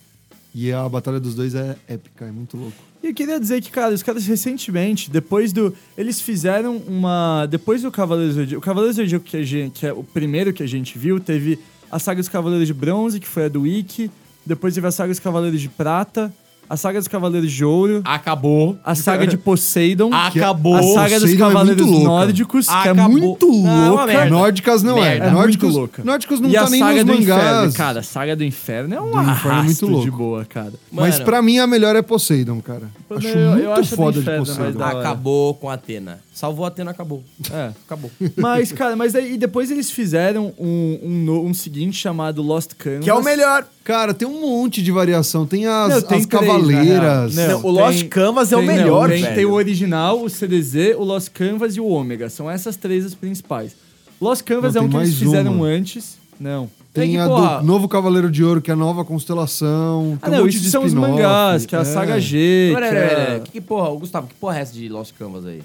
Speaker 4: E a batalha dos dois é épica, é muito louco.
Speaker 7: E eu queria dizer que, cara, os caras recentemente, depois do. Eles fizeram uma. Depois do Cavaleiro Zodíaco. O Cavaleiro Zodíaco, que, a gente, que é o primeiro que a gente viu, teve a saga dos Cavaleiros de Bronze, que foi a do Ikki. Depois teve a saga dos Cavaleiros de Prata. A saga dos Cavaleiros de Ouro.
Speaker 6: Acabou.
Speaker 7: A saga de Poseidon.
Speaker 6: Acabou.
Speaker 7: A saga dos
Speaker 4: Poseidon é
Speaker 7: Cavaleiros
Speaker 4: muito louca.
Speaker 7: Nórdicos, que é
Speaker 6: Acabou.
Speaker 7: muito
Speaker 6: Não, é uma
Speaker 7: louca.
Speaker 6: merda.
Speaker 4: Nórdicas não
Speaker 6: Merda.
Speaker 4: é.
Speaker 7: É
Speaker 4: Nórdicos,
Speaker 7: muito louca.
Speaker 4: Nórdicos não
Speaker 7: e
Speaker 4: tá
Speaker 7: a
Speaker 4: nem
Speaker 7: saga
Speaker 4: nos
Speaker 7: do Inferno,
Speaker 4: mangás.
Speaker 7: cara. A saga do Inferno é
Speaker 4: Do
Speaker 7: um
Speaker 4: Inferno é
Speaker 7: arrasto
Speaker 4: muito
Speaker 7: de
Speaker 4: louco.
Speaker 7: boa, cara.
Speaker 4: Mas
Speaker 6: Mano.
Speaker 4: pra mim a melhor é Poseidon, cara. Acho
Speaker 7: eu- eu
Speaker 4: muito
Speaker 7: acho do
Speaker 4: foda
Speaker 7: Inferno,
Speaker 4: de
Speaker 7: mas
Speaker 4: Poseidon.
Speaker 7: dá- Da hora.
Speaker 6: Acabou com Atena. Salvou Atena, acabou.
Speaker 7: É.
Speaker 6: Acabou.
Speaker 7: Mas, cara, mas aí e depois eles fizeram um, um, no- um seguinte chamado Lost Canvas.
Speaker 5: Que é o melhor.
Speaker 4: Cara, tem um monte de variação. Tem as,
Speaker 7: Não, tem
Speaker 4: as
Speaker 7: três,
Speaker 4: cavaleiras.
Speaker 7: na real.
Speaker 5: Não, o Lost
Speaker 7: tem-
Speaker 5: Canvas é o
Speaker 7: Tem-
Speaker 5: melhor,
Speaker 7: não, tem,
Speaker 5: velho.
Speaker 7: tem o original, o CDZ, o Lost Canvas e o Ômega. São essas três as principais. Lost Canvas
Speaker 4: Não,
Speaker 7: é um
Speaker 4: tem
Speaker 7: que eles
Speaker 4: mais
Speaker 7: fizeram
Speaker 4: uma.
Speaker 7: antes. Não. É
Speaker 4: Tem
Speaker 7: que,
Speaker 4: a
Speaker 7: porra,
Speaker 4: do Novo Cavaleiro de Ouro, que é a nova constelação.
Speaker 7: Ah,
Speaker 4: Tem um
Speaker 7: não,
Speaker 4: monte
Speaker 7: isso
Speaker 4: de
Speaker 7: são os
Speaker 4: spin-off.
Speaker 7: mangás, que é a Saga G, que
Speaker 6: Pera, pera, pera.
Speaker 7: é...
Speaker 6: Que porra, ô, Gustavo, que porra é essa de Lost Canvas aí?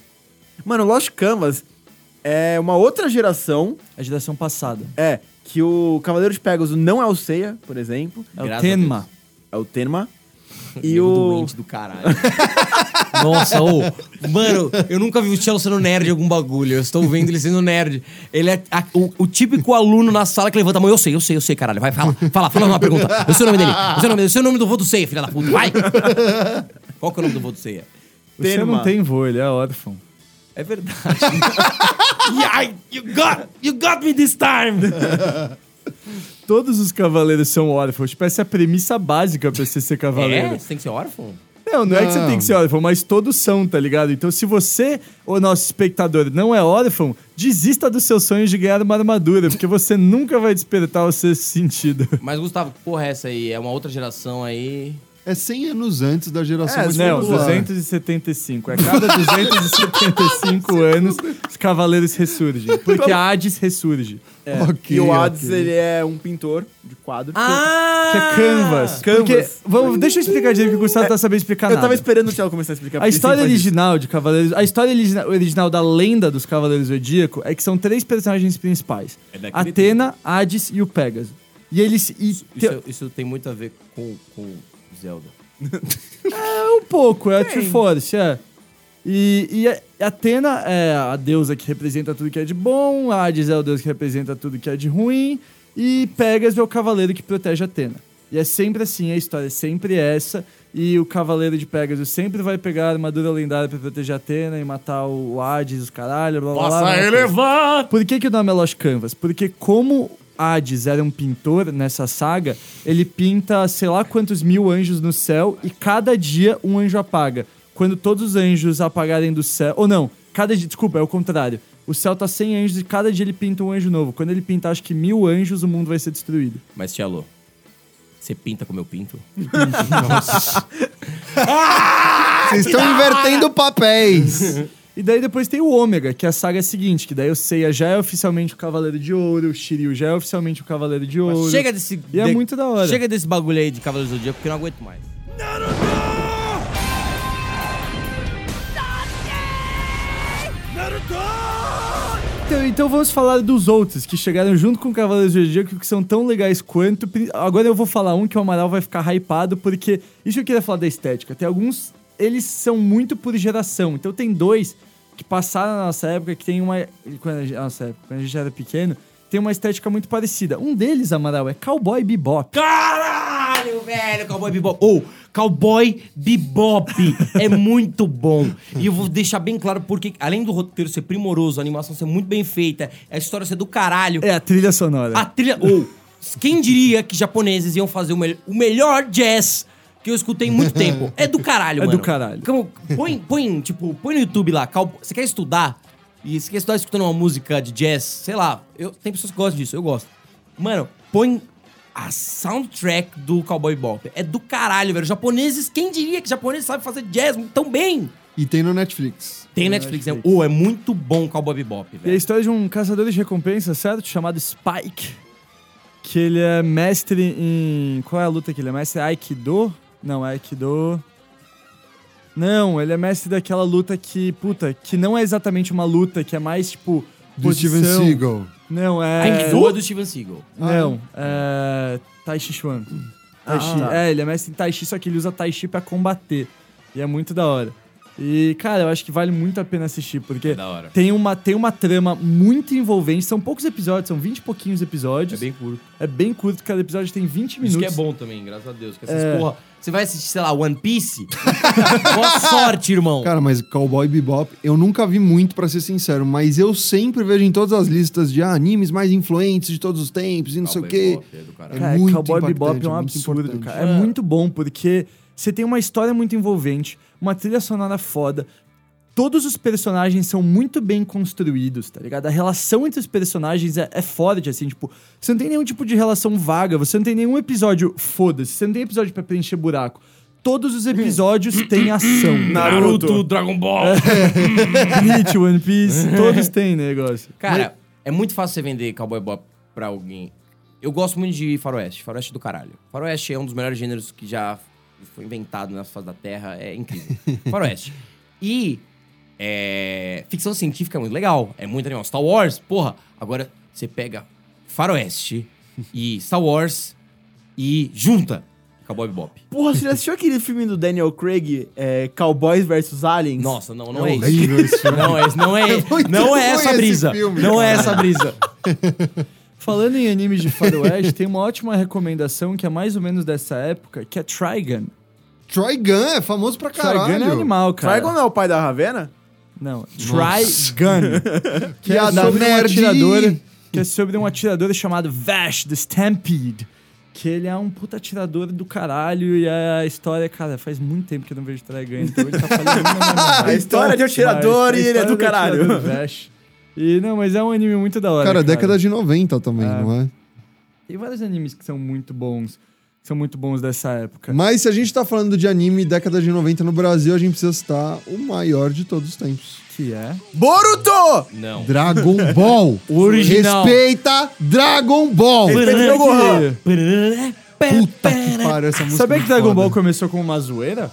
Speaker 5: Mano, Lost Canvas é uma outra geração.
Speaker 7: a geração passada.
Speaker 5: É, que o Cavaleiro de Pegasus não é o Seiya, por exemplo.
Speaker 7: É o
Speaker 6: Graças a
Speaker 7: Tenma.
Speaker 5: É o Tenma. E o.
Speaker 6: doente do caralho. Nossa, ô. Mano, eu nunca vi o Tchelo sendo nerd em algum bagulho. Eu estou vendo ele sendo nerd. Ele é a- o, o típico aluno na sala que levanta a mão. Eu sei, eu sei, eu sei, caralho. Vai, fala, fala, fala uma pergunta. Eu sei o nome dele. Eu sei o nome dele. Eu sei o nome do vô do Ceia, filha da puta. Vai! Qual que é o nome do vô do Ceia?
Speaker 7: Você não
Speaker 5: Terma.
Speaker 7: tem voo, ele é órfão.
Speaker 6: É verdade. Yeah, I- you, got, you got me this time!
Speaker 7: Todos os cavaleiros são órfãos. Tipo, essa é a premissa básica pra você ser cavaleiro.
Speaker 6: É? Você tem que ser órfão?
Speaker 7: Não, não é que você
Speaker 4: Não.
Speaker 7: tem que ser órfão, mas todos são, tá ligado? Então, se você, o nosso espectador, não é órfão, desista dos seus sonhos de ganhar uma armadura, porque você nunca vai despertar o seu sentido.
Speaker 6: Mas, Gustavo, que porra é essa aí? É uma outra geração aí.
Speaker 4: É 100 anos antes da geração mais
Speaker 7: É, não,
Speaker 4: popular.
Speaker 7: 275. A É cada 275 anos, os cavaleiros ressurgem. Porque a Hades ressurge.
Speaker 6: É.
Speaker 4: Ok,
Speaker 5: e o
Speaker 4: ok.
Speaker 5: Hades, ele é um pintor de quadro.
Speaker 7: Que é
Speaker 6: Ah!
Speaker 7: Canvas. Porque,
Speaker 5: Canvas.
Speaker 7: vamos, deixa eu explicar direito que o Gustavo tá sabendo explicar
Speaker 5: Eu
Speaker 7: nada.
Speaker 5: tava esperando o Thiago começar a explicar.
Speaker 7: A história
Speaker 5: original.
Speaker 7: original de Cavaleiros. A história origina- original da lenda dos Cavaleiros do Zodíaco é que são três personagens principais:
Speaker 6: É daquele
Speaker 7: Atena, Hades e o Pégaso. E eles. E te-
Speaker 6: Isso, é isso tem muito a ver com, com Zelda.
Speaker 7: um pouco, é a Triforce, é. E, e a- e Atena é a deusa que representa tudo que é de bom, Hades é o deus que representa tudo que é de ruim, e Pegasus é o cavaleiro que protege Atena. E é sempre assim, a história é sempre essa, e o cavaleiro de Pegasus sempre vai pegar a armadura lendária pra proteger Atena e matar o o Hades, os caralho, blá blá blá. blá, blá. Por que, que o nome é Lost Canvas? Porque como Hades era um pintor nessa saga, ele pinta sei lá quantos mil anjos no céu e cada dia um anjo apaga. Quando todos os anjos apagarem do céu... Ou não, cada dia... Desculpa, é o contrário. O céu tá 100 anjos e cada dia ele pinta um anjo novo. Quando ele pintar acho que mil anjos, o mundo vai ser destruído.
Speaker 6: Mas, Tchelo, você pinta como eu pinto? é
Speaker 4: Vocês estão invertendo papéis.
Speaker 7: E daí depois tem o Ômega, que é a saga seguinte, que daí o Seiya já é oficialmente o Cavaleiro de Ouro, o Shiryu já é oficialmente o Cavaleiro de Ouro.
Speaker 6: Chega desse...
Speaker 7: E é muito da hora.
Speaker 6: Chega desse bagulho aí de Cavaleiros do Zodíaco, porque eu não aguento mais.
Speaker 7: Então, então vamos falar dos outros que chegaram junto com Cavaleiros do Zodíaco que são tão legais quanto. Pri- Agora eu vou falar um que o Amaral vai ficar hypado, porque isso eu queria falar da estética. Tem alguns, eles são muito por geração. Então tem dois que passaram na nossa época, que tem uma. Quando a gente, na nossa época, quando a gente era pequeno, tem uma estética muito parecida. Um deles, Amaral, é Cowboy Bebop.
Speaker 6: Caralho, velho, Cowboy Bebop. Ou, Cowboy Bebop é muito bom. E eu vou deixar bem claro porque, além do roteiro ser primoroso, a animação ser muito bem feita, a história ser do caralho,
Speaker 7: É a trilha sonora.
Speaker 6: a trilha... Ou, quem diria que japoneses iam fazer o, mel- o melhor jazz que eu escutei em muito tempo? É do caralho,
Speaker 7: É
Speaker 6: mano.
Speaker 7: do caralho.
Speaker 6: Como- põe, põe, tipo, põe no YouTube lá, Cowboy- você quer estudar? E você quer estudar escutando uma música de jazz, sei lá. Eu, tem pessoas que gostam disso, eu gosto. Mano, põe a soundtrack do Cowboy Bop. É do caralho, velho. Japoneses, quem diria que japoneses sabe fazer jazz tão bem?
Speaker 4: E tem no Netflix.
Speaker 6: Tem Netflix, né? Ô, é muito bom o Cowboy Bebop,
Speaker 7: E a
Speaker 6: velho.
Speaker 7: história de um caçador de recompensas, certo? Chamado Spike. Que ele é mestre em. Qual é a luta que ele é? Mestre Aikido? Não, é Aikido. Não, ele é mestre daquela luta que. Puta, que não é exatamente uma luta, que é mais tipo.
Speaker 4: Do Steven
Speaker 7: posição.
Speaker 4: Seagal.
Speaker 7: Não, é.
Speaker 6: Aikido é do Steven Seagal.
Speaker 7: Não, é. Tai Chi Chuan. Tai Chi. É, ele é mestre em Tai Chi, só que ele usa Tai Chi pra combater. E é muito da hora. E, cara, eu acho que vale muito a pena assistir, porque
Speaker 6: da hora.
Speaker 7: tem, uma, tem uma trama muito envolvente. São poucos episódios, são 20 e pouquinhos
Speaker 6: É
Speaker 7: episódios.
Speaker 6: bem curto.
Speaker 7: É bem curto, cada episódio tem 20 minutos.
Speaker 6: Isso que é bom também, graças a Deus. Que essas
Speaker 7: É.
Speaker 6: porra. Você vai assistir, sei lá, One Piece? Boa sorte, irmão.
Speaker 4: Cara, mas Cowboy Bebop eu nunca vi muito, pra ser sincero, mas eu sempre vejo em todas as listas de ah, animes mais influentes de todos os tempos e não sei o quê.
Speaker 6: Bebop é do caralho.
Speaker 4: É
Speaker 7: Cara,
Speaker 4: muito
Speaker 7: Cowboy Bebop
Speaker 4: impactante,
Speaker 7: é um
Speaker 4: muito
Speaker 7: absurdo,
Speaker 4: importante.
Speaker 7: cara. É. muito bom, porque você tem uma história muito envolvente, uma trilha sonora foda. Todos os personagens são muito bem construídos, tá ligado? A relação entre os personagens é, é forte, assim, tipo, você não tem nenhum tipo de relação vaga, você não tem nenhum episódio foda-se, você não tem episódio pra preencher buraco. Todos os episódios têm ação.
Speaker 5: Naruto.
Speaker 6: Dragon Ball.
Speaker 7: Bleach, One Piece, todos têm negócio.
Speaker 6: Cara, é muito fácil você vender Cowboy Bop pra alguém. Eu gosto muito de Faroeste. Faroeste é do caralho. Faroeste é um dos melhores gêneros que já foi inventado na face da Terra. É incrível. Faroeste. E é, ficção científica é muito legal. É muito animal. Star Wars, porra. Agora você pega Faroeste e Star Wars e junta. Cowboy Bebop.
Speaker 5: Porra, você já assistiu aquele filme do Daniel Craig, é, Cowboys vs Aliens?
Speaker 6: Nossa, não, não
Speaker 4: É
Speaker 6: é,
Speaker 4: horrível
Speaker 6: isso. Não é, isso, não é,
Speaker 4: muito
Speaker 6: não é
Speaker 4: ruim
Speaker 6: essa
Speaker 4: esse
Speaker 6: brisa.
Speaker 4: filme,
Speaker 6: não é
Speaker 4: cara.
Speaker 6: essa brisa.
Speaker 7: Falando em animes de faroeste, tem uma ótima recomendação que é mais ou menos dessa época, que é Trigun.
Speaker 4: Troy Gun é famoso pra caralho.
Speaker 7: Trigun é animal, cara.
Speaker 5: Trigon não é o pai da Ravena?
Speaker 7: Não, Trigun. que é
Speaker 4: Piada
Speaker 7: sobre um
Speaker 4: nerd.
Speaker 7: atirador, que é sobre um atirador chamado Vash the Stampede. Que ele é um puta atirador do caralho e a história, cara, faz muito tempo que eu não vejo Trigun, então ele tá falando
Speaker 5: A história de atirador e ele é do caralho.
Speaker 7: Vash. E não, mas é um anime muito da hora.
Speaker 4: Cara, década de 90 também, não é?
Speaker 7: Tem vários animes que são muito bons, que são muito bons dessa época.
Speaker 4: Mas se a gente tá falando de anime década de 90 no Brasil, a gente precisa citar o maior de todos os tempos.
Speaker 7: Que é...
Speaker 5: Boruto!
Speaker 6: Não.
Speaker 4: Dragon Ball.
Speaker 6: Original.
Speaker 4: Respeita Dragon Ball.
Speaker 5: Respeita o Gohan.
Speaker 4: Puta que pariu essa música.
Speaker 7: Sabia
Speaker 4: é
Speaker 7: que Dragon Ball
Speaker 4: foda.
Speaker 7: começou com uma zoeira?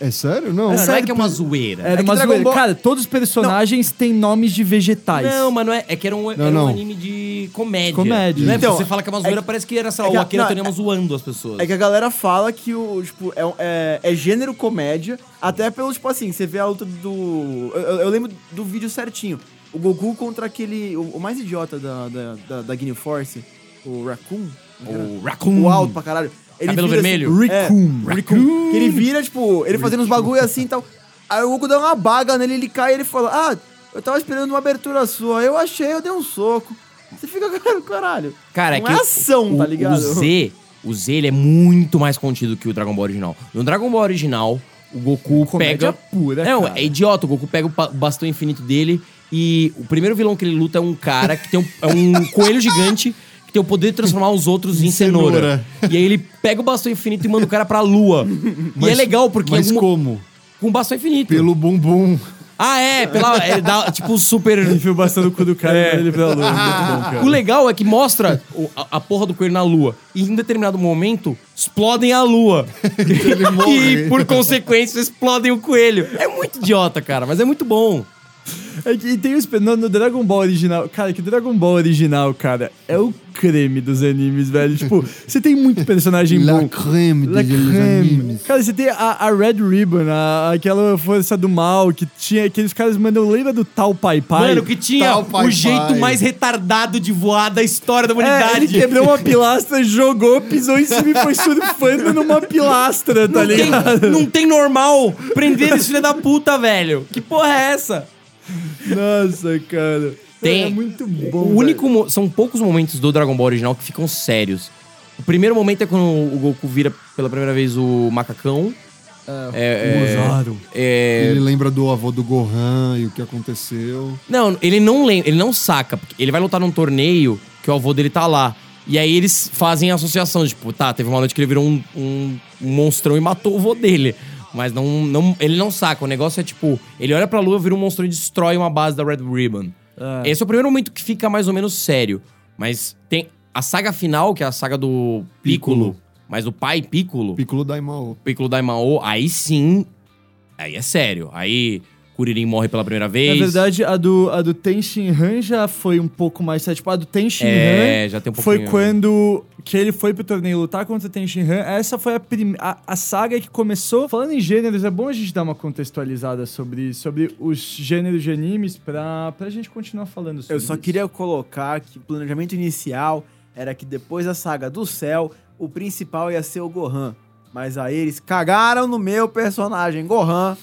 Speaker 4: É sério? Não.
Speaker 6: Não, não é que é uma zoeira.
Speaker 7: Era
Speaker 5: que
Speaker 7: uma
Speaker 5: Dragon
Speaker 7: zoeira.
Speaker 5: Ball-
Speaker 7: Cara, todos os personagens têm nomes de vegetais.
Speaker 6: Não, mas não é. É que era um, era um
Speaker 4: não.
Speaker 6: anime de comédia.
Speaker 7: Comédia.
Speaker 6: Não é?
Speaker 5: Então,
Speaker 6: você fala que é uma zoeira,
Speaker 5: que-
Speaker 6: parece que era só
Speaker 5: é que-
Speaker 6: o Akira
Speaker 5: não,
Speaker 6: Toriyama zoando as pessoas.
Speaker 5: É que a galera fala que o, tipo, é, um- é, é gênero comédia, até pelo, tipo assim, você vê a luta do... Eu, eu- eu lembro do vídeo certinho. O Goku contra aquele... O, o mais idiota da, da, da, da Guinea Force, o Raccoon.
Speaker 6: O Raccoon.
Speaker 5: O alto pra caralho. Ele
Speaker 6: Cabelo
Speaker 5: vira
Speaker 6: vermelho.
Speaker 5: Assim, Raccoon. É, Raccoon. Que ele vira, tipo, ele fazendo uns bagulho assim e tal. Aí o Goku dá uma baga nele, ele cai e ele fala, ah, eu tava esperando uma abertura sua, eu achei, eu dei um soco. Você fica, cara, caralho.
Speaker 6: Cara, é
Speaker 5: não
Speaker 6: que
Speaker 5: é
Speaker 6: o-
Speaker 5: ação,
Speaker 6: o,
Speaker 5: tá ligado?
Speaker 6: O Z, o Z ele é muito mais contido que o Dragon Ball original. No Dragon Ball original, o Goku pega
Speaker 7: Comédia pura,
Speaker 6: Não,
Speaker 7: cara.
Speaker 6: é idiota, o Goku pega o pa- bastão infinito dele e o primeiro vilão que ele luta é um cara que tem um, é um coelho gigante que tem o poder de transformar os outros em cenoura. E aí ele pega o bastão infinito e manda o cara pra lua. e é legal porque
Speaker 4: Mas
Speaker 6: é um-
Speaker 4: como?
Speaker 6: com bastão infinito.
Speaker 4: Pelo bumbum.
Speaker 6: Ah, é, pela ele dá tipo super
Speaker 7: Enfio bastante no cu do cara e ele pra lua. Muito bom, cara.
Speaker 6: O legal é que mostra o- a, a porra do coelho na lua. E em determinado momento, explodem a lua. e por consequência, explodem o coelho. É muito idiota, cara, mas é muito bom.
Speaker 7: É que- E tem os. pe- No, no Dragon Ball original. Cara, que Dragon Ball original, cara, é o creme dos animes, velho. Tipo, você tem muito personagem
Speaker 4: La
Speaker 7: bom.
Speaker 4: creme
Speaker 7: La
Speaker 4: dos
Speaker 7: creme.
Speaker 4: animes.
Speaker 7: Cara, você tem a, a Red Ribbon, a- aquela força do mal que tinha. Aqueles caras mandam. Lembra do tal Pai Pai?
Speaker 6: Mano, que tinha
Speaker 4: tal, pai,
Speaker 6: o jeito
Speaker 4: pai.
Speaker 6: mais retardado de voar da história da
Speaker 7: É, ele
Speaker 6: humanidade.
Speaker 7: quebrou uma pilastra, jogou, pisou em cima e foi surfando numa pilastra, tá
Speaker 6: não, tem,
Speaker 7: ligado?
Speaker 6: não tem normal prender esse filho da puta, velho. Que porra é essa?
Speaker 7: Nossa, cara.
Speaker 6: Tem-
Speaker 7: É muito bom.
Speaker 6: O único mo- são poucos momentos do Dragon Ball original que ficam sérios. O primeiro momento é quando o Goku vira pela primeira vez o macacão. É, é,
Speaker 7: Claro.
Speaker 6: é,
Speaker 4: Ele lembra do avô do Gohan e o que aconteceu.
Speaker 6: Não, ele não lembra, ele não saca. Porque ele vai lutar num torneio que o avô dele tá lá. E aí eles fazem a associação, tipo, tá, teve uma noite que ele virou um, um- um monstrão e matou o avô dele. Mas não, não, ele não saca. O negócio é tipo, ele olha pra lua, vira um monstrão e destrói uma base da Red Ribbon. Esse é o primeiro momento que fica mais ou menos sério. Mas tem a saga final, que é a saga do Piccolo, mas o pai Piccolo,
Speaker 4: Piccolo Daimao.
Speaker 6: Piccolo Daimao, aí sim, aí é sério. Aí Kuririn morre pela primeira vez.
Speaker 7: Na verdade, a do, a do Ten Shinhan já foi um pouco mais séria. Tipo, a do Ten Shinhan
Speaker 6: É, já tem um
Speaker 7: foi
Speaker 6: pouquinho.
Speaker 7: quando que ele foi pro torneio lutar contra o Ten Shinhan. Essa foi a, prim- a, a saga que começou. Falando em gêneros, é bom a gente dar uma contextualizada sobre, sobre os gêneros de animes pra, pra gente continuar falando sobre
Speaker 5: Eu só
Speaker 7: isso.
Speaker 5: queria colocar que o planejamento inicial era que depois da saga do céu, o principal ia ser o Gohan. Mas aí eles cagaram no meu personagem Gohan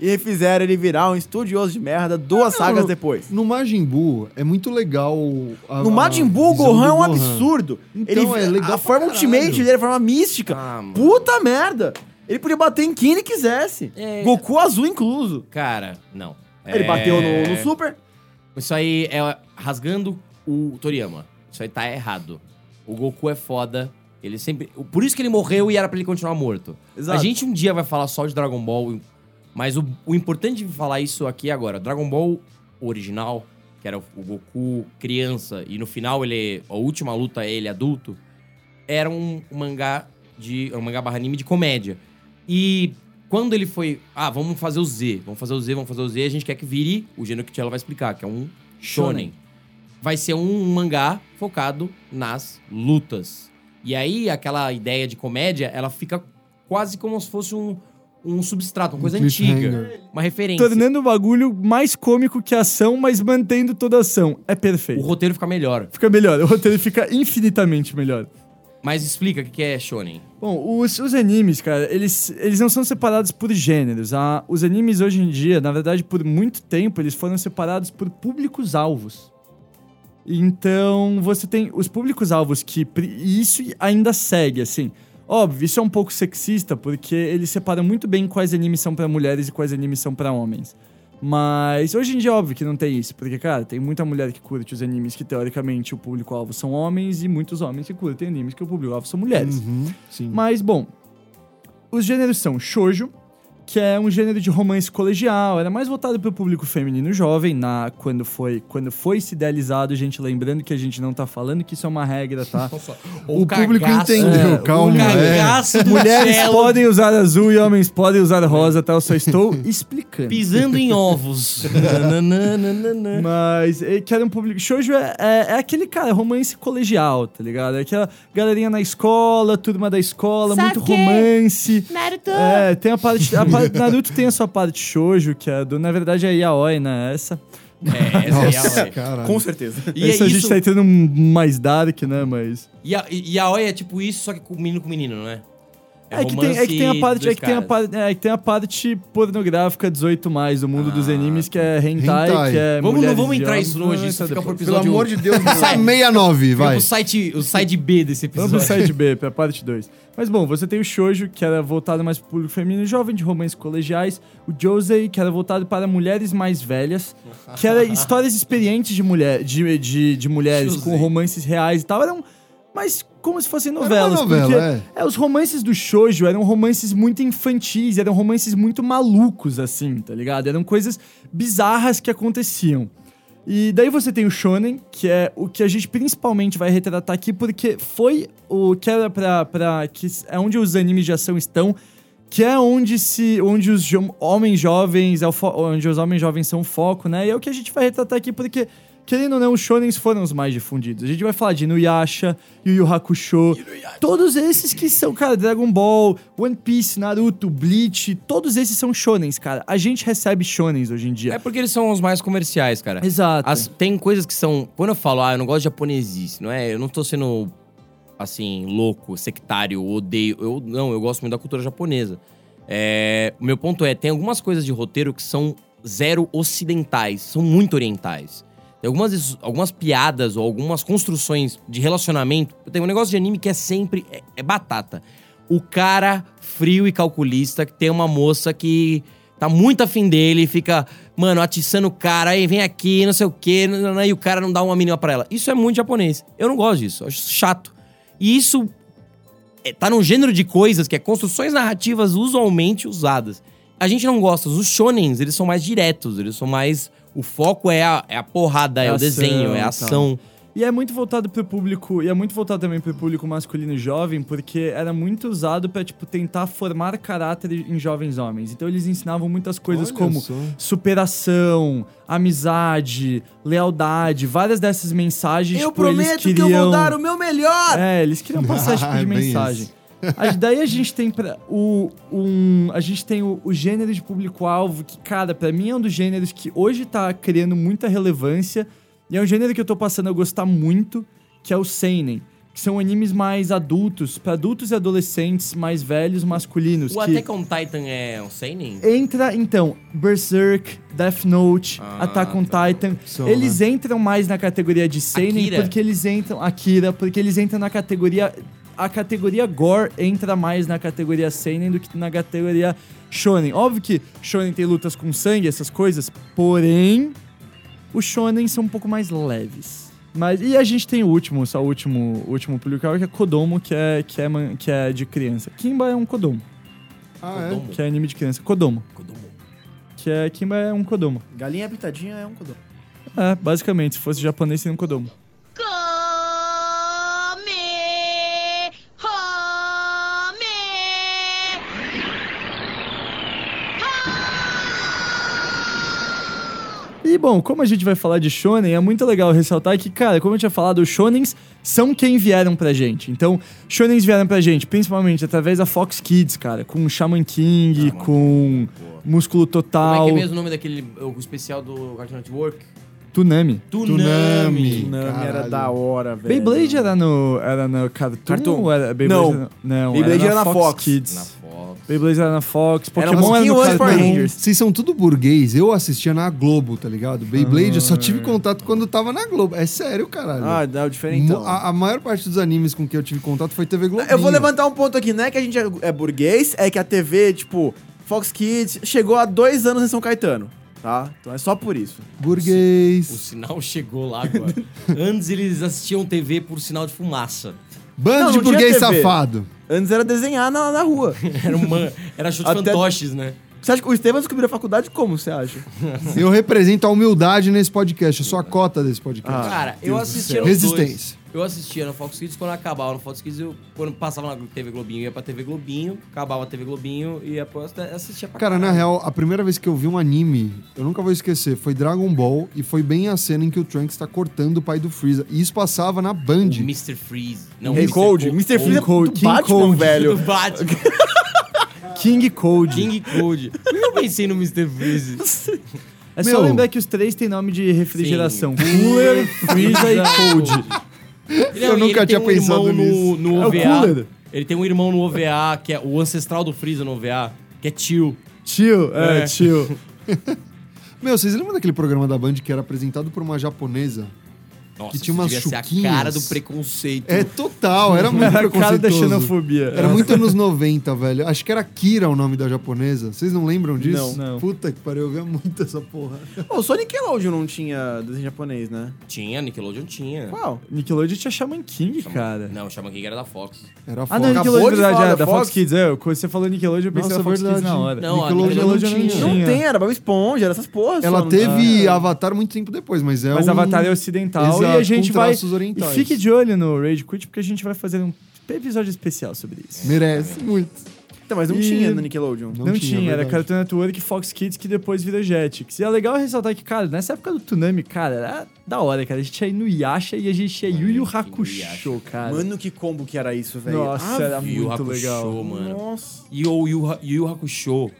Speaker 5: e fizeram ele virar um estudioso de merda duas sagas depois.
Speaker 4: No Majin Buu, é muito legal. a-
Speaker 5: No
Speaker 4: a
Speaker 5: Majin Buu, o
Speaker 4: Ah, visão
Speaker 5: Gohan
Speaker 4: do
Speaker 5: é um absurdo.
Speaker 4: Então,
Speaker 5: ele,
Speaker 4: é legal
Speaker 5: a
Speaker 4: pra
Speaker 5: forma
Speaker 4: caralho.
Speaker 5: ultimate dele, a forma mística.
Speaker 6: Ah, mano.
Speaker 5: Puta merda! Ele podia bater em quem ele quisesse.
Speaker 6: É.
Speaker 5: Goku azul incluso.
Speaker 6: Cara, não.
Speaker 5: Ele
Speaker 6: É-
Speaker 5: bateu no, no Super.
Speaker 6: Isso aí é rasgando o Toriyama. Isso aí tá errado. O Goku é foda. Ele sempre. Por isso que ele morreu e era pra ele continuar morto.
Speaker 5: Exato.
Speaker 6: A gente um dia vai falar só de Dragon Ball. Mas o, o importante de falar isso aqui é agora: Dragon Ball original, que era o Goku criança, e no final ele. A última luta é ele adulto. Era um mangá de. Um mangá barra anime de comédia. E quando ele foi. Ah, vamos fazer o Z, vamos fazer o Z, vamos fazer o Z, a gente quer que vire o gênero que o Tchelo vai explicar, que é um shonen. Vai ser um mangá focado nas lutas. E aí, aquela ideia de comédia, ela fica quase como se fosse um, um substrato, uma coisa antiga.
Speaker 4: cliffhanger.
Speaker 6: Uma referência.
Speaker 7: Tornando o bagulho mais cômico que a ação, mas mantendo toda a ação. É
Speaker 6: O
Speaker 7: perfeito.
Speaker 6: roteiro fica melhor.
Speaker 7: Fica melhor, o roteiro fica infinitamente melhor.
Speaker 6: Mas explica o que que é Shonen.
Speaker 7: Bom, os, os animes, cara, eles, eles não são separados por gêneros. Ah, os animes hoje em dia, na verdade, por muito tempo, eles foram separados por públicos-alvos. Então, você tem os públicos-alvos que. pri- E isso ainda segue, assim. Óbvio, isso é um pouco sexista, porque eles separam muito bem quais animes são pra mulheres e quais animes são pra homens. Mas hoje em dia, óbvio que não tem isso, porque, cara, tem muita mulher que curte os animes que, teoricamente, o público-alvo são homens, e muitos homens que curtem animes que o público-alvo são mulheres.
Speaker 4: Uhum, sim.
Speaker 7: Mas, bom, os gêneros são shoujo, que é um gênero de romance colegial, era mais voltado para o público feminino jovem, na quando foi quando foi se idealizado, gente, lembrando que a gente não tá falando que isso é uma regra, tá?
Speaker 4: O público entendeu,
Speaker 6: é,
Speaker 4: calma,
Speaker 6: O
Speaker 4: é.
Speaker 6: cagaço do
Speaker 7: Mulheres
Speaker 6: Marcelo
Speaker 7: podem usar azul e homens podem usar rosa, tá? Eu só estou explicando.
Speaker 6: pisando em ovos. Nananana.
Speaker 7: Mas é, que era um público. Shoujo é, é, é aquele, cara, romance colegial, tá ligado? É aquela galerinha na escola, turma da escola, muito romance. Naruto! É, tem a parte. A parte Naruto tem a sua parte shoujo, que é do. Na verdade é yaoi, né? Essa.
Speaker 6: É, essa é a Yaoi.
Speaker 4: Caralho.
Speaker 5: Com um certeza.
Speaker 6: E, é
Speaker 7: Essa a gente
Speaker 6: isso-
Speaker 7: tá entrando mais dark, né? Mas.
Speaker 6: e a- e Yaoi é tipo isso, só que com menino com menino, não é?
Speaker 7: É, que tem, é que tem a
Speaker 6: romance
Speaker 7: parte. É
Speaker 6: dos
Speaker 7: que tem a,
Speaker 6: caras.
Speaker 7: par, é que tem a parte pornográfica 18, mais, do mundo dos animes, que é hentai,
Speaker 4: Hentai.
Speaker 7: que é.
Speaker 6: Ah, Vamos, não
Speaker 7: mulheres
Speaker 6: vamos
Speaker 7: de
Speaker 6: entrar
Speaker 7: homens.
Speaker 6: isso
Speaker 7: Vamos
Speaker 6: hoje, isso
Speaker 7: entrar
Speaker 6: fica pro
Speaker 7: depois.
Speaker 6: episódio
Speaker 9: Pelo amor
Speaker 5: um.
Speaker 9: de Deus, mano.
Speaker 4: 69,
Speaker 6: Fica
Speaker 4: vai.
Speaker 6: pro site, Tipo, o site B desse
Speaker 7: Vamos
Speaker 6: episódio.
Speaker 7: pro site B, pra parte 2. Mas bom, você tem o Shoujo, que era voltado mais pro público feminino jovem, de romances colegiais. O Josei, que era voltado para mulheres mais velhas. Que era histórias experientes de, mulher, de, de, de mulheres com
Speaker 6: Josei.
Speaker 7: romances reais e tal. Eram mas como se fossem
Speaker 4: uma
Speaker 7: novelas.
Speaker 4: novela,
Speaker 7: porque,
Speaker 4: é.
Speaker 7: os romances do Shoujo eram romances muito infantis, eram romances muito malucos, assim, tá ligado? Eram coisas bizarras que aconteciam. E daí você tem o Shonen, que é o que a gente principalmente vai retratar aqui, porque foi o que era pra. pra que é onde os animes de ação estão, que é onde se. onde os jo- homens jovens. é o fo- onde os homens jovens são o foco, né? E é o que a gente vai retratar aqui, porque. Querendo ou não, os shonens foram os mais difundidos. A gente vai falar de Inuyasha, Yu Yu Hakusho, todos esses que são, cara, Dragon Ball, One Piece, Naruto, Bleach, todos esses são shonens, cara. A gente recebe shonens hoje em dia.
Speaker 6: É porque eles são os mais comerciais, cara.
Speaker 7: Exato.
Speaker 6: É As- tem coisas que são. Quando eu falo, ah, eu não gosto de japonesice, não é? Eu não tô sendo, assim, louco, sectário, odeio. Eu, não, eu gosto muito da cultura japonesa. É, o meu ponto é: tem algumas coisas de roteiro que são zero ocidentais, são muito orientais. Tem algumas, vezes- algumas piadas ou algumas construções de relacionamento. Tem um negócio de anime que é sempre. é- é batata. O cara frio e calculista que tem uma moça que tá muito afim dele, fica, mano, atiçando o cara, aí vem aqui, não sei o quê, nananã, e o cara não dá uma mínima pra ela. Isso é muito japonês. Eu não gosto disso, eu acho isso chato. E isso é, tá num gênero de coisas que é construções narrativas usualmente usadas. A gente não gosta, os shonens, eles são mais diretos, eles são mais. O foco é a, é a porrada, é,
Speaker 7: É
Speaker 6: o
Speaker 7: ação
Speaker 6: desenho, é a
Speaker 7: e tal.
Speaker 6: ação.
Speaker 7: E é muito voltado pro público, e é muito voltado também pro público masculino jovem, porque era muito usado pra, tipo, tentar formar caráter em jovens homens. Então eles ensinavam muitas coisas
Speaker 4: Olha
Speaker 7: como
Speaker 4: só.
Speaker 7: superação, amizade, lealdade, várias dessas mensagens,
Speaker 5: Eu
Speaker 7: tipo, eles
Speaker 5: prometo que
Speaker 7: queriam...
Speaker 5: eu vou dar o meu melhor!
Speaker 7: É, eles queriam passar esse tipo
Speaker 4: Ah, é
Speaker 7: de
Speaker 4: bem
Speaker 7: mensagem. Aí daí a gente tem pra, o, um, a gente tem o, o gênero de público-alvo, que, cara, pra mim é um dos gêneros que hoje tá criando muita relevância. E é um gênero que eu tô passando a gostar muito, que é o Seinen. Que são animes mais adultos, pra adultos e adolescentes mais velhos, masculinos.
Speaker 6: O
Speaker 7: que
Speaker 6: Attack on Titan é um seinen?
Speaker 7: entra, então, Berserk, Death Note,
Speaker 6: Ah,
Speaker 7: Attack on Titan.
Speaker 4: São,
Speaker 7: eles entram mais na categoria de seinen
Speaker 6: Akira.
Speaker 7: porque eles entram Akira, porque eles entram na categoria a categoria gore entra mais na categoria seinen do que na categoria shonen. Óbvio que shonen tem lutas com sangue, essas coisas, porém os shonen são um pouco mais leves. Mas e a gente tem o último, só o último, o último publicado que é Kodomo, que é que é, man- que é de criança. Kimba é um Kodomo,
Speaker 4: Ah, é?
Speaker 6: Kodomo.
Speaker 7: que é anime de criança. Kodomo,
Speaker 6: Kodomo.
Speaker 7: que é Kimba é um Kodomo.
Speaker 5: Galinha pitadinha é um codão.
Speaker 7: É, basicamente, se fosse japonês seria um Kodomo.
Speaker 10: Come! Come!
Speaker 7: E Bom, como a gente vai falar de shonen, é muito legal ressaltar que, cara, como eu tinha falado, os shonens são quem vieram pra gente. Então, shonens vieram pra gente principalmente através da Fox Kids, cara, com Shaman King, com Músculo
Speaker 6: Como é
Speaker 7: Total,
Speaker 6: que é mesmo o nome daquele o especial do Cartoon Network?
Speaker 7: Tunami.
Speaker 6: Tunami.
Speaker 5: Não, era
Speaker 4: Caralho.
Speaker 5: da hora, velho.
Speaker 7: Beyblade era no era no Cartoon,
Speaker 5: Cartoon.
Speaker 7: ou era Beyblade
Speaker 5: Não.
Speaker 7: era no- não,
Speaker 5: Beyblade era na Fox.
Speaker 7: Kids.
Speaker 6: Na Fox.
Speaker 7: Beyblade era na Fox,
Speaker 5: Era um
Speaker 7: Pokémon era,
Speaker 5: pouquinho
Speaker 7: no
Speaker 5: antes do
Speaker 7: Cartoon.
Speaker 5: Power Rangers.
Speaker 4: Vocês são tudo burguês. Eu assistia na Globo, tá ligado? Beyblade, eu só
Speaker 6: Ah.
Speaker 4: tive contato quando tava na Globo. É sério, caralho.
Speaker 5: Ah, não, o diferentão.
Speaker 4: Mo- A, a maior parte dos animes com que eu tive contato foi TV Globo.
Speaker 5: Eu vou levantar um ponto aqui, não é que a gente é é burguês, é que a TV, tipo, Fox Kids chegou há dois anos em São Caetano, tá? Então é só por isso.
Speaker 6: O
Speaker 4: Burguês.
Speaker 6: sinal chegou lá agora. Antes eles assistiam TV por sinal de fumaça.
Speaker 4: Bando
Speaker 5: Não,
Speaker 4: de
Speaker 5: não tinha
Speaker 4: burguês
Speaker 5: TV.
Speaker 4: safado.
Speaker 5: Antes era desenhar na, na rua.
Speaker 6: Era, uma, era show de
Speaker 5: Até-
Speaker 6: fantoches, né?
Speaker 5: Você acha que o Estevam descobriu a faculdade como, você acha?
Speaker 4: Eu represento a humildade nesse podcast. Eu sou a cota desse
Speaker 5: Ah,
Speaker 4: podcast.
Speaker 6: Cara, eu assistia
Speaker 4: Ah, céu.
Speaker 6: nos
Speaker 4: Resistência.
Speaker 6: dois. Eu assistia na Fox Kids quando acabava na Fox Kids, eu quando passava na TV Globinho, ia pra TV Globinho, acabava a TV Globinho e depois assistia pra
Speaker 4: Cara, na
Speaker 6: caralho.
Speaker 4: real, a primeira vez que eu vi um anime, eu nunca vou esquecer, foi Dragon Ball e foi bem a cena em que o Trunks tá cortando o pai do Freeza. E isso passava na Band.
Speaker 6: O Mr. Freeze. Não,
Speaker 5: Hey
Speaker 6: Mr.
Speaker 5: Cold,
Speaker 6: Co-
Speaker 5: Mr. Freeze é
Speaker 7: Cold,
Speaker 5: do
Speaker 7: King
Speaker 5: Batman,
Speaker 7: Cold.
Speaker 4: é
Speaker 6: do
Speaker 5: velho.
Speaker 6: Batman.
Speaker 7: King Code.
Speaker 6: King Cold. Por que eu pensei no Mr. Freeze?
Speaker 7: É
Speaker 4: Meu.
Speaker 7: só lembrar que os três têm nome de refrigeração. Cooler, Freeza e Cold.
Speaker 6: Ele, um
Speaker 4: Eu nunca tinha
Speaker 6: no,
Speaker 4: pensado nisso.
Speaker 6: no
Speaker 7: É o
Speaker 6: OVA.
Speaker 7: cooler.
Speaker 6: ele tem um irmão no OVA, que é o ancestral do Freeza no OVA, que é tio.
Speaker 7: Tio, é,
Speaker 6: É.
Speaker 7: tio.
Speaker 4: Meu, vocês lembram daquele programa da Band que era apresentado por uma japonesa?
Speaker 6: Nossa,
Speaker 4: Que tinha
Speaker 6: isso
Speaker 4: umas
Speaker 6: devia ser a
Speaker 4: chuquinhas.
Speaker 6: cara do preconceito.
Speaker 4: É total, era muito
Speaker 7: Era a cara da
Speaker 4: preconceituoso.
Speaker 7: xenofobia.
Speaker 4: Era muito anos 90, velho. Acho que era Kira o nome da japonesa. Vocês não lembram disso?
Speaker 7: Não. Não.
Speaker 4: Puta que pariu, eu via muito essa porra.
Speaker 5: Ô, o Sonic Nickelodeon não tinha desenho japonês, né?
Speaker 6: Tinha, Nickelodeon tinha.
Speaker 5: Qual?
Speaker 7: Nickelodeon tinha Shaman King, cara.
Speaker 6: Não, Shaman King era da Fox.
Speaker 4: Era
Speaker 7: Ah,
Speaker 4: foda.
Speaker 7: não,
Speaker 5: Acabou
Speaker 7: Nickelodeon,
Speaker 5: de
Speaker 7: verdade,
Speaker 5: falar
Speaker 7: é,
Speaker 5: da
Speaker 7: da Fox
Speaker 5: Fox?
Speaker 7: Kids. É, quando você falou Nickelodeon, eu pensei
Speaker 4: Nossa,
Speaker 7: na Fox
Speaker 4: verdade.
Speaker 7: Kids na hora.
Speaker 6: Não, a
Speaker 4: Nickelodeon não
Speaker 6: Nickelodeon
Speaker 4: tinha.
Speaker 5: Não
Speaker 7: Tinha.
Speaker 5: tem, era Bob Esponja, era essas porras.
Speaker 4: Ela
Speaker 5: só não-
Speaker 4: teve Avatar muito tempo depois, mas é
Speaker 7: né? É. Mas
Speaker 4: um...
Speaker 7: Avatar é ocidental
Speaker 4: Exato,
Speaker 7: e a gente
Speaker 5: um
Speaker 4: com
Speaker 7: vai...
Speaker 4: traços orientais.
Speaker 7: E fique de olho no Rage Quit, porque a gente vai fazer um episódio especial sobre isso.
Speaker 4: Merece muito.
Speaker 5: Então, mas não
Speaker 7: E-
Speaker 5: tinha no Nickelodeon.
Speaker 7: Não,
Speaker 4: Não
Speaker 7: tinha, é
Speaker 4: tinha,
Speaker 7: era
Speaker 4: verdade.
Speaker 7: Cartoon Network, Fox Kids, que depois vira Jetix. E é legal ressaltar que, cara, nessa época do Tsunami, cara, era da hora, cara. A gente ia no Yasha e a gente ia Yu Yu Hakusho, cara.
Speaker 5: Mano, que combo que era isso, velho. Ah,
Speaker 7: Nossa, era
Speaker 6: Yu Yu
Speaker 7: muito
Speaker 6: Hakusho,
Speaker 7: legal.
Speaker 6: mano.
Speaker 5: Nossa.
Speaker 6: E o Yu Ha- Yu Yu Hakusho,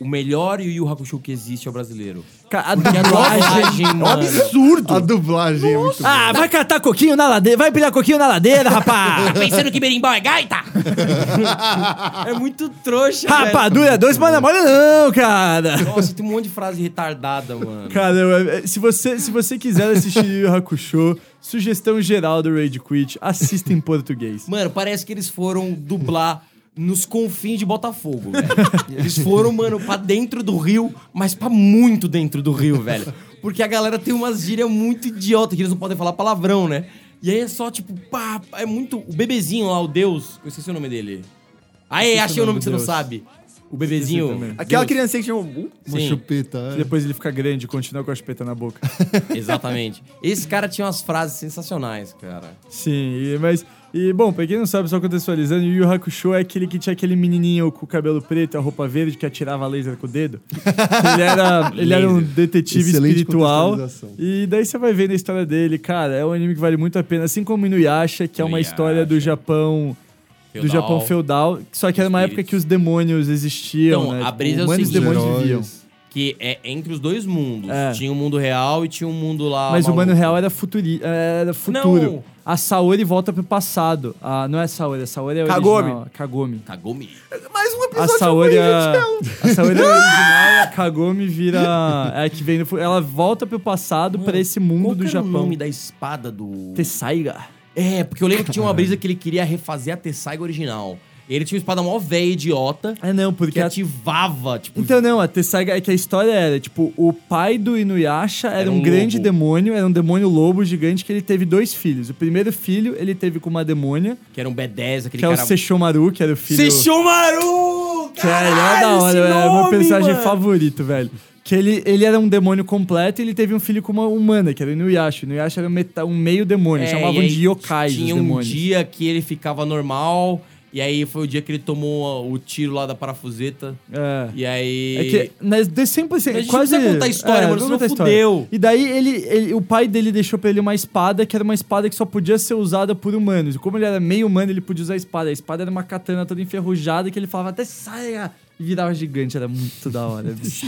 Speaker 6: o melhor Yu Yu Hakusho que existe é o brasileiro.
Speaker 7: Cara, a
Speaker 6: Porque a
Speaker 7: dublagem...
Speaker 6: dublagem, mano.
Speaker 4: Absurdo! A dublagem é muito boa.
Speaker 7: Ah, vai catar coquinho na ladeira, vai pilhar coquinho na ladeira, rapá!
Speaker 6: Tá pensando que berimbau é gaita? é muito trouxa, velho.
Speaker 7: Rapadura, dois mano mole não, cara!
Speaker 6: Nossa, tem um monte de frase retardada, mano.
Speaker 7: Cara, eu- eh, se você, se você quiser assistir Yu Yu Hakusho, sugestão geral do Rage Quit, assista em português.
Speaker 6: Mano, parece que eles foram dublar nos confins de Botafogo, velho. Eles foram, mano, pra dentro do rio, mas pra muito dentro do rio, velho. Porque a galera tem umas gírias muito idiota que eles não podem falar palavrão, né? E aí é só, tipo, pá, pá, é muito... O bebezinho lá, o Deus... Eu esqueci o nome dele. Aí, achei o nome,
Speaker 7: nome
Speaker 6: que
Speaker 7: do
Speaker 6: você não
Speaker 7: Deus.
Speaker 6: sabe. O
Speaker 7: também.
Speaker 6: bebezinho...
Speaker 5: Aquela
Speaker 6: Deus.
Speaker 5: criancinha que tinha um...
Speaker 4: Uma
Speaker 6: Sim.
Speaker 4: chupeta. é.
Speaker 7: Depois ele fica grande e continua com a chupeta na boca.
Speaker 6: Exatamente. Esse cara tinha umas frases sensacionais, cara.
Speaker 7: Sim, e- mas. E, bom, pra quem não sabe, só contextualizando, Yu Yu Hakusho é aquele que tinha aquele menininho com o cabelo preto e a roupa verde que atirava laser com o dedo. ele era, ele era um
Speaker 6: Laser.
Speaker 7: detetive
Speaker 4: Excelente
Speaker 7: espiritual.
Speaker 4: contextualização.
Speaker 7: E daí você vai vendo a história dele. Cara, é um anime que vale muito a pena. Assim como Inuyasha, que é uma
Speaker 6: Inuyasha.
Speaker 7: história do Japão... Do Japão feudal. Só que era uma
Speaker 6: espíritos.
Speaker 7: época que os demônios existiam,
Speaker 6: Então,
Speaker 7: né?
Speaker 6: a brisa é o
Speaker 7: humanos e
Speaker 6: seguinte,
Speaker 7: demônios
Speaker 4: heróis.
Speaker 7: viviam.
Speaker 6: Que é entre os dois mundos.
Speaker 7: É.
Speaker 6: Tinha o mundo real e tinha o mundo lá.
Speaker 7: Mas o
Speaker 6: Ah, maluco.
Speaker 7: humano real era, futuri, era futuro.
Speaker 6: Não.
Speaker 7: A Saori volta pro passado. Ah, não é Saori, a Saori é a
Speaker 5: Kagome.
Speaker 7: original. Kagome.
Speaker 6: Kagome.
Speaker 5: Mais um
Speaker 7: A
Speaker 5: episódio
Speaker 7: Saori,
Speaker 5: ruim,
Speaker 7: a,
Speaker 5: gente, é um-
Speaker 7: a Saori é original e a Kagome vira. É a que vem do, fu- Ela volta pro passado, pra esse mundo
Speaker 6: Qual
Speaker 7: do
Speaker 6: que era o
Speaker 7: Japão.
Speaker 6: nome da espada do...
Speaker 7: Tessaiga.
Speaker 6: É, porque eu lembro que tinha uma brisa que ele queria refazer a Tessaiga original. Ele tinha uma espada mó velha, idiota,
Speaker 7: É, não,
Speaker 6: que
Speaker 7: porque. a-
Speaker 6: ativava, tipo...
Speaker 7: Então, não, a Tessaiga é que a história era, tipo, o pai do Inuyasha era,
Speaker 6: Era
Speaker 7: um,
Speaker 6: um
Speaker 7: grande
Speaker 6: lobo.
Speaker 7: demônio, era um demônio lobo gigante que ele teve dois filhos. O primeiro filho ele teve com uma demônia,
Speaker 6: Que era um B10, aquele
Speaker 7: que é o
Speaker 6: cara...
Speaker 7: Sechomaru, que era o filho.
Speaker 6: Sesshomaru!
Speaker 7: Cara, ele era é da hora,
Speaker 6: esse
Speaker 7: era o meu
Speaker 6: nome,
Speaker 7: personagem
Speaker 6: mano!
Speaker 7: favorito, velho. Que ele, ele era um demônio completo e ele teve um filho com uma humana, que era o Inuyasha. O Inuyasha era um, meta- um meio demônio,
Speaker 6: É,
Speaker 7: chamavam
Speaker 6: e aí
Speaker 7: de yokai os
Speaker 6: Tinha um
Speaker 7: demônios.
Speaker 6: dia que ele ficava normal E aí foi o dia que ele tomou o tiro lá da parafuseta.
Speaker 7: É.
Speaker 6: E aí.
Speaker 7: É que nas, de 100%,
Speaker 6: Mas a gente
Speaker 7: quase...
Speaker 6: precisa contar a história, mano,
Speaker 7: vamos
Speaker 6: senão
Speaker 7: contar a história.
Speaker 6: fudeu.
Speaker 7: E daí ele, ele- o pai dele deixou pra ele uma espada, que era uma espada que só podia ser usada por humanos. E como ele era meio humano, ele podia usar a espada. A espada era uma katana toda enferrujada que ele falava até saia e virava gigante. Era muito da hora. bicho.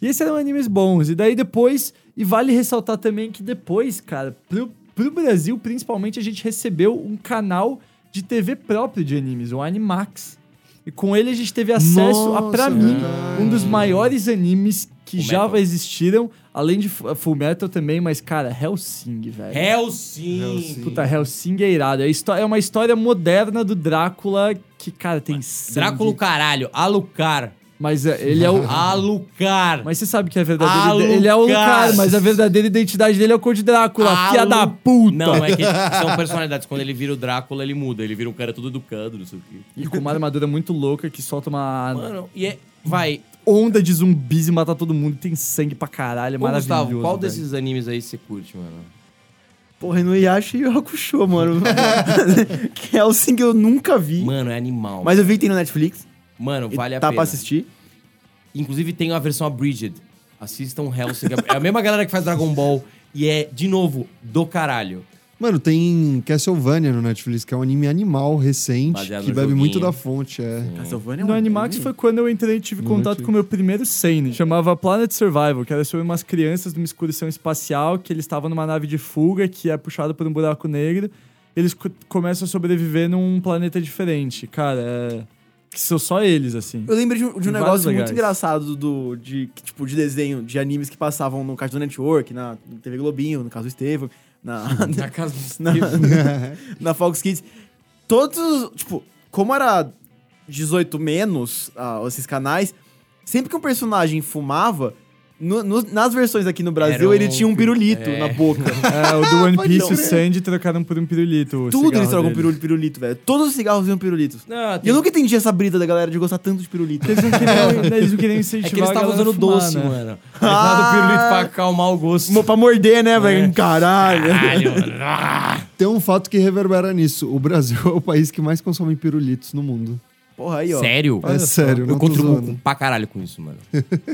Speaker 7: e esses eram animes bons. E daí depois, e vale ressaltar também que depois, cara, pro, pro Brasil principalmente, a gente recebeu um canal de TV próprio de animes, o Animax. E com ele a gente teve acesso a,
Speaker 4: Nossa,
Speaker 7: pra mim,
Speaker 4: verdade.
Speaker 7: um dos maiores animes que
Speaker 6: Full
Speaker 7: já
Speaker 6: Metal.
Speaker 7: existiram, além de Fu- Full Metal também, mas, cara, Hellsing, velho.
Speaker 6: Hellsing.
Speaker 7: Puta, Hellsing é irado. É, histó- é uma história moderna do Drácula que, cara, tem sangue.
Speaker 6: Drácula é o caralho. Alucar.
Speaker 7: Mas é, ele é o...
Speaker 6: Alucar.
Speaker 7: Mas você sabe que a verdadeira...
Speaker 6: Alucard.
Speaker 7: ide- Ele é o Lucar, mas a verdadeira identidade dele é o Conde Drácula, filha
Speaker 6: Alu-
Speaker 7: da puta.
Speaker 6: Não, é que são personalidades. Quando ele vira o Drácula, ele muda. Ele vira um cara todo educado, não sei o quê.
Speaker 7: E com uma armadura muito louca que solta uma
Speaker 6: Mano, e é... Vai,
Speaker 7: onda de zumbis e mata todo mundo. Tem sangue pra caralho, é
Speaker 6: Ô,
Speaker 7: maravilhoso.
Speaker 6: Gustavo, qual
Speaker 7: velho.
Speaker 6: desses animes aí você curte, mano?
Speaker 5: Porra, no Yasha e o Hakusho, mano. que é o single que eu nunca vi.
Speaker 6: Mano, é animal.
Speaker 5: Mas eu vi que tem no Netflix.
Speaker 6: mano,
Speaker 5: e
Speaker 6: vale a
Speaker 5: tá
Speaker 6: pena.
Speaker 5: pra assistir.
Speaker 6: Inclusive tem a versão Abridged. Assistam Hellsing. é a mesma galera que faz Dragon Ball. E é, de novo, do caralho.
Speaker 4: Mano, tem Castlevania no Netflix, que é um anime animal recente,
Speaker 6: Baseado
Speaker 4: que
Speaker 6: no
Speaker 4: bebe
Speaker 6: joguinho.
Speaker 4: muito da fonte, é.
Speaker 5: Castlevania é um
Speaker 7: No Animax
Speaker 5: anime?
Speaker 7: foi quando eu entrei e tive contato com o meu primeiro seinen. Chamava Planet Survival, que era sobre umas crianças numa excursão espacial que eles estavam numa nave de fuga que é puxada por um buraco negro. Eles co- começam a sobreviver num planeta diferente. Cara, é... que são só eles, assim.
Speaker 5: Eu lembro de um, de um
Speaker 7: Vários
Speaker 5: negócio
Speaker 7: legais.
Speaker 5: muito engraçado do, de, que, tipo, de desenho, de animes que passavam no Cartoon Network, na TV Globinho, no caso do Estevam, na,
Speaker 6: Na casa dos
Speaker 5: na, na Fox Kids. Todos, os- tipo, como era 18 menos ah, esses canais, sempre que um personagem fumava, no- no- nas versões aqui no Brasil,
Speaker 6: Era
Speaker 5: ele
Speaker 6: um
Speaker 5: tinha um pirulito
Speaker 6: é.
Speaker 5: na boca.
Speaker 7: É, o do One
Speaker 5: Pode
Speaker 7: Piece e o
Speaker 5: crer.
Speaker 7: Sandy trocaram por um pirulito. o
Speaker 5: Tudo
Speaker 7: cigarro
Speaker 5: eles trocam
Speaker 7: deles.
Speaker 5: pirulito, pirulito, velho. Todos os cigarros iam pirulitos.
Speaker 6: Não,
Speaker 5: E eu nunca entendi essa brita da galera de gostar tanto de pirulito.
Speaker 7: Eles não queriam, eles não queriam
Speaker 6: É
Speaker 7: incentivar
Speaker 6: que eles
Speaker 7: a
Speaker 6: estavam
Speaker 7: galera a
Speaker 6: usando
Speaker 7: fumar,
Speaker 6: doce,
Speaker 7: né?
Speaker 6: mano. Eles davam pirulito pra acalmar o gosto.
Speaker 5: Ah! Mo- Pra morder, né, velho? Caralho.
Speaker 6: É. Caralho, mano.
Speaker 4: Tem um fato que reverbera nisso. O Brasil é o país que mais consome pirulitos no mundo.
Speaker 5: Porra, aí, ó.
Speaker 6: Sério?
Speaker 4: É sério,
Speaker 6: Eu
Speaker 4: não tô
Speaker 6: contribuo
Speaker 4: zoando.
Speaker 6: pra caralho com isso, mano.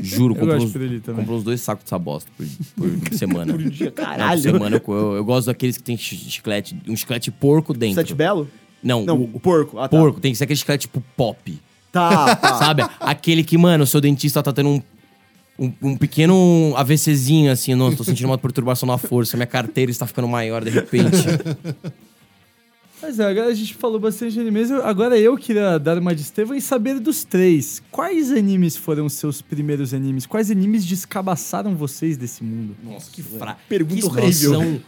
Speaker 6: Juro, compro,
Speaker 7: gosto
Speaker 6: uns,
Speaker 7: de pirulito também.
Speaker 6: compro uns dois sacos dessa bosta por, por semana. por dia,
Speaker 5: caralho.
Speaker 6: Por semana eu, co- eu, eu gosto daqueles que tem chi- chiclete, um chiclete porco dentro.
Speaker 5: Sete Belo?
Speaker 6: Não,
Speaker 5: Não,
Speaker 6: o,
Speaker 5: o porco. Ah, tá.
Speaker 6: porco tem que ser aquele chiclete tipo pop.
Speaker 5: Tá, tá.
Speaker 6: Sabe? Aquele que, mano, o seu dentista tá tendo um, um, um pequeno AVCzinho, assim, nossa, tô sentindo uma perturbação na força, minha carteira está ficando maior de repente.
Speaker 7: Mas é, agora a gente falou bastante de animes. Eu- Agora eu queria dar uma de Estevam e saber dos três. Quais animes foram os seus primeiros animes? Quais animes descabaçaram vocês desse mundo?
Speaker 6: Nossa, que fra...
Speaker 5: Pergunta
Speaker 6: que expressão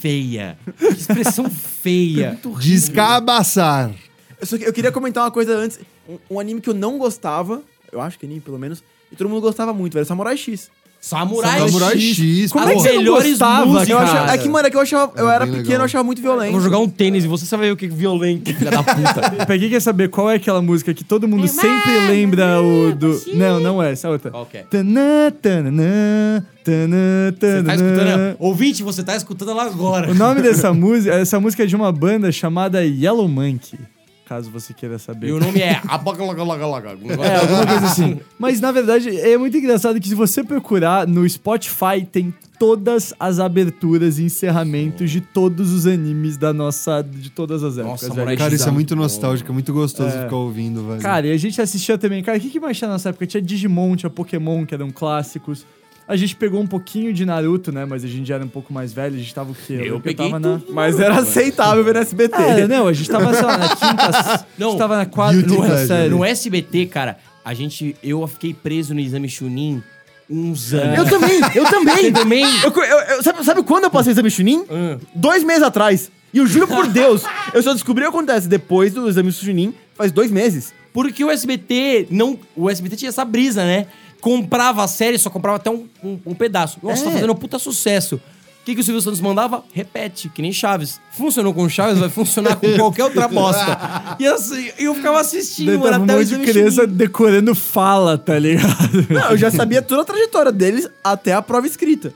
Speaker 6: feia. Que expressão feia.
Speaker 4: Descabaçar.
Speaker 5: Eu, só que- eu queria comentar uma coisa antes. Um, um anime que eu não gostava, eu acho que anime, pelo menos, e todo mundo gostava muito, velho. Samurai X.
Speaker 6: Samurai,
Speaker 4: Samurai
Speaker 6: X.
Speaker 4: X.
Speaker 6: Como
Speaker 4: pô.
Speaker 6: é que você não
Speaker 7: melhores
Speaker 6: gostava,
Speaker 7: músicas,
Speaker 5: Eu
Speaker 6: cara?
Speaker 5: achava- é que, mano, é que eu achava. eu
Speaker 4: Era
Speaker 5: era
Speaker 4: bem
Speaker 5: pequeno,
Speaker 4: legal.
Speaker 5: eu achava muito
Speaker 6: Eu
Speaker 5: violento.
Speaker 6: vou jogar um tênis e você só vai ver o que é violento, filha da puta.
Speaker 7: Peguei quer saber qual é aquela música que todo mundo sempre lembra o do. Não, não é, essa é outra.
Speaker 6: Qual que é?
Speaker 7: Tanã, tananã, tanã,
Speaker 6: Você tá
Speaker 7: tananã.
Speaker 6: escutando... Ouvinte, você tá escutando ela agora.
Speaker 7: O nome dessa música, essa música é de uma banda chamada Yellow Monkey, caso você queira saber.
Speaker 6: E o nome é... Abagalagalaga.
Speaker 7: É, alguma coisa assim. Mas na verdade é muito engraçado que se você procurar no Spotify, tem todas as aberturas e encerramentos de todos os animes da nossa. de todas as épocas.
Speaker 6: Nossa,
Speaker 7: velho.
Speaker 6: Samurai
Speaker 4: Cara,
Speaker 6: X
Speaker 4: isso é muito
Speaker 6: bom.
Speaker 4: nostálgico, é muito gostoso ficar ouvindo, velho.
Speaker 7: Cara, e a gente assistia também, cara, o que, que mais tinha nessa época? Tinha Digimon, tinha Pokémon, que eram clássicos. A gente pegou um pouquinho de Naruto, né? Mas a gente já era um pouco mais velho, a gente tava o quê?
Speaker 6: Eu
Speaker 7: lembro que
Speaker 6: peguei
Speaker 7: tava
Speaker 6: tudo.
Speaker 5: Mas era aceitável ver no SBT.
Speaker 7: na... É, não, a gente tava, sei lá, na quinta... a
Speaker 6: Não, é
Speaker 7: gente tava na quarta,
Speaker 4: Guilty
Speaker 7: quinta
Speaker 4: pleasure.
Speaker 7: série.
Speaker 6: No SBT, cara, a gente... Eu fiquei preso no exame Chunin uns anos.
Speaker 5: Eu também, eu
Speaker 6: Você
Speaker 5: também.
Speaker 6: também? Ah.
Speaker 5: Eu, eu- eu- sabe, sabe quando eu passei o exame Chunin? Dois meses atrás. E eu juro por Deus, eu só descobri o que acontece depois do exame Chunin, faz dois meses.
Speaker 6: Porque o SBT não... O SBT tinha essa brisa, né? Comprava a série, só comprava até um, um- um pedaço.
Speaker 7: É.
Speaker 6: Nossa, tá fazendo um puta sucesso. O que, que o Silvio Santos mandava? Repete, que nem Chaves. Funcionou com Chaves, vai funcionar com qualquer outra bosta. E assim, eu ficava assistindo,
Speaker 7: Daí
Speaker 6: mano,
Speaker 7: tava um
Speaker 6: até o
Speaker 7: monte de
Speaker 6: exame
Speaker 7: criança
Speaker 6: Chunin.
Speaker 7: decorando fala, tá ligado?
Speaker 5: Não, eu já sabia toda a trajetória deles até a prova escrita.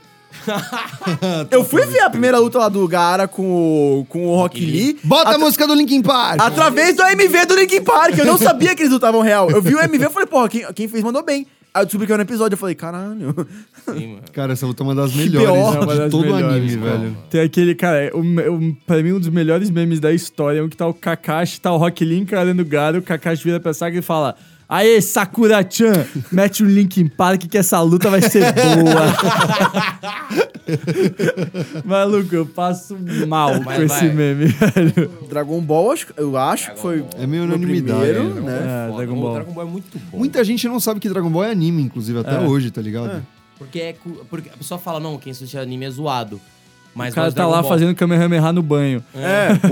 Speaker 5: Eu fui ver a primeira luta lá do Gara com o, com o Rock Lee.
Speaker 4: Bota a
Speaker 5: atra-
Speaker 4: música do Linkin Park!
Speaker 5: Através do AMV do Linkin Park. Eu não sabia que eles lutavam real. Eu vi o AMV e falei, porra, quem, quem fez mandou bem. Aí eu descobri que era no episódio. Eu falei, caralho.
Speaker 6: Sim, mano.
Speaker 4: Cara, essa luta é uma das melhores
Speaker 5: pior.
Speaker 4: de
Speaker 7: É uma das
Speaker 4: todo o
Speaker 7: melhores,
Speaker 4: anime,
Speaker 7: cara.
Speaker 4: velho.
Speaker 7: Tem aquele, cara, é o, me- o, pra mim um dos melhores memes da história é um que tá o Kakashi, tá o Rock Lee encarando o Gara, o Kakashi vira pra Saga e fala... Aê, Sakura-chan! Mete um o Linkin Park que essa luta vai ser boa! Maluco, eu passo mal
Speaker 6: Mas
Speaker 7: com
Speaker 6: vai.
Speaker 7: esse meme, velho.
Speaker 5: Dragon Ball, acho- eu acho que foi.
Speaker 4: É meio
Speaker 5: o
Speaker 4: unanimidade,
Speaker 5: primeiro,
Speaker 4: né?
Speaker 5: né?
Speaker 7: É,
Speaker 6: Foda.
Speaker 7: Dragon
Speaker 6: O
Speaker 7: Ball.
Speaker 6: Dragon Ball é muito bom.
Speaker 4: Muita gente não sabe que Dragon Ball é anime, inclusive, até hoje, tá ligado?
Speaker 6: Porque, é cu- porque a pessoa fala, não, quem assiste anime é zoado. Mas
Speaker 7: O cara
Speaker 6: gosta de
Speaker 7: tá
Speaker 6: Dragon
Speaker 7: lá
Speaker 6: Ball. É.
Speaker 7: fazendo Kamehameha no banho.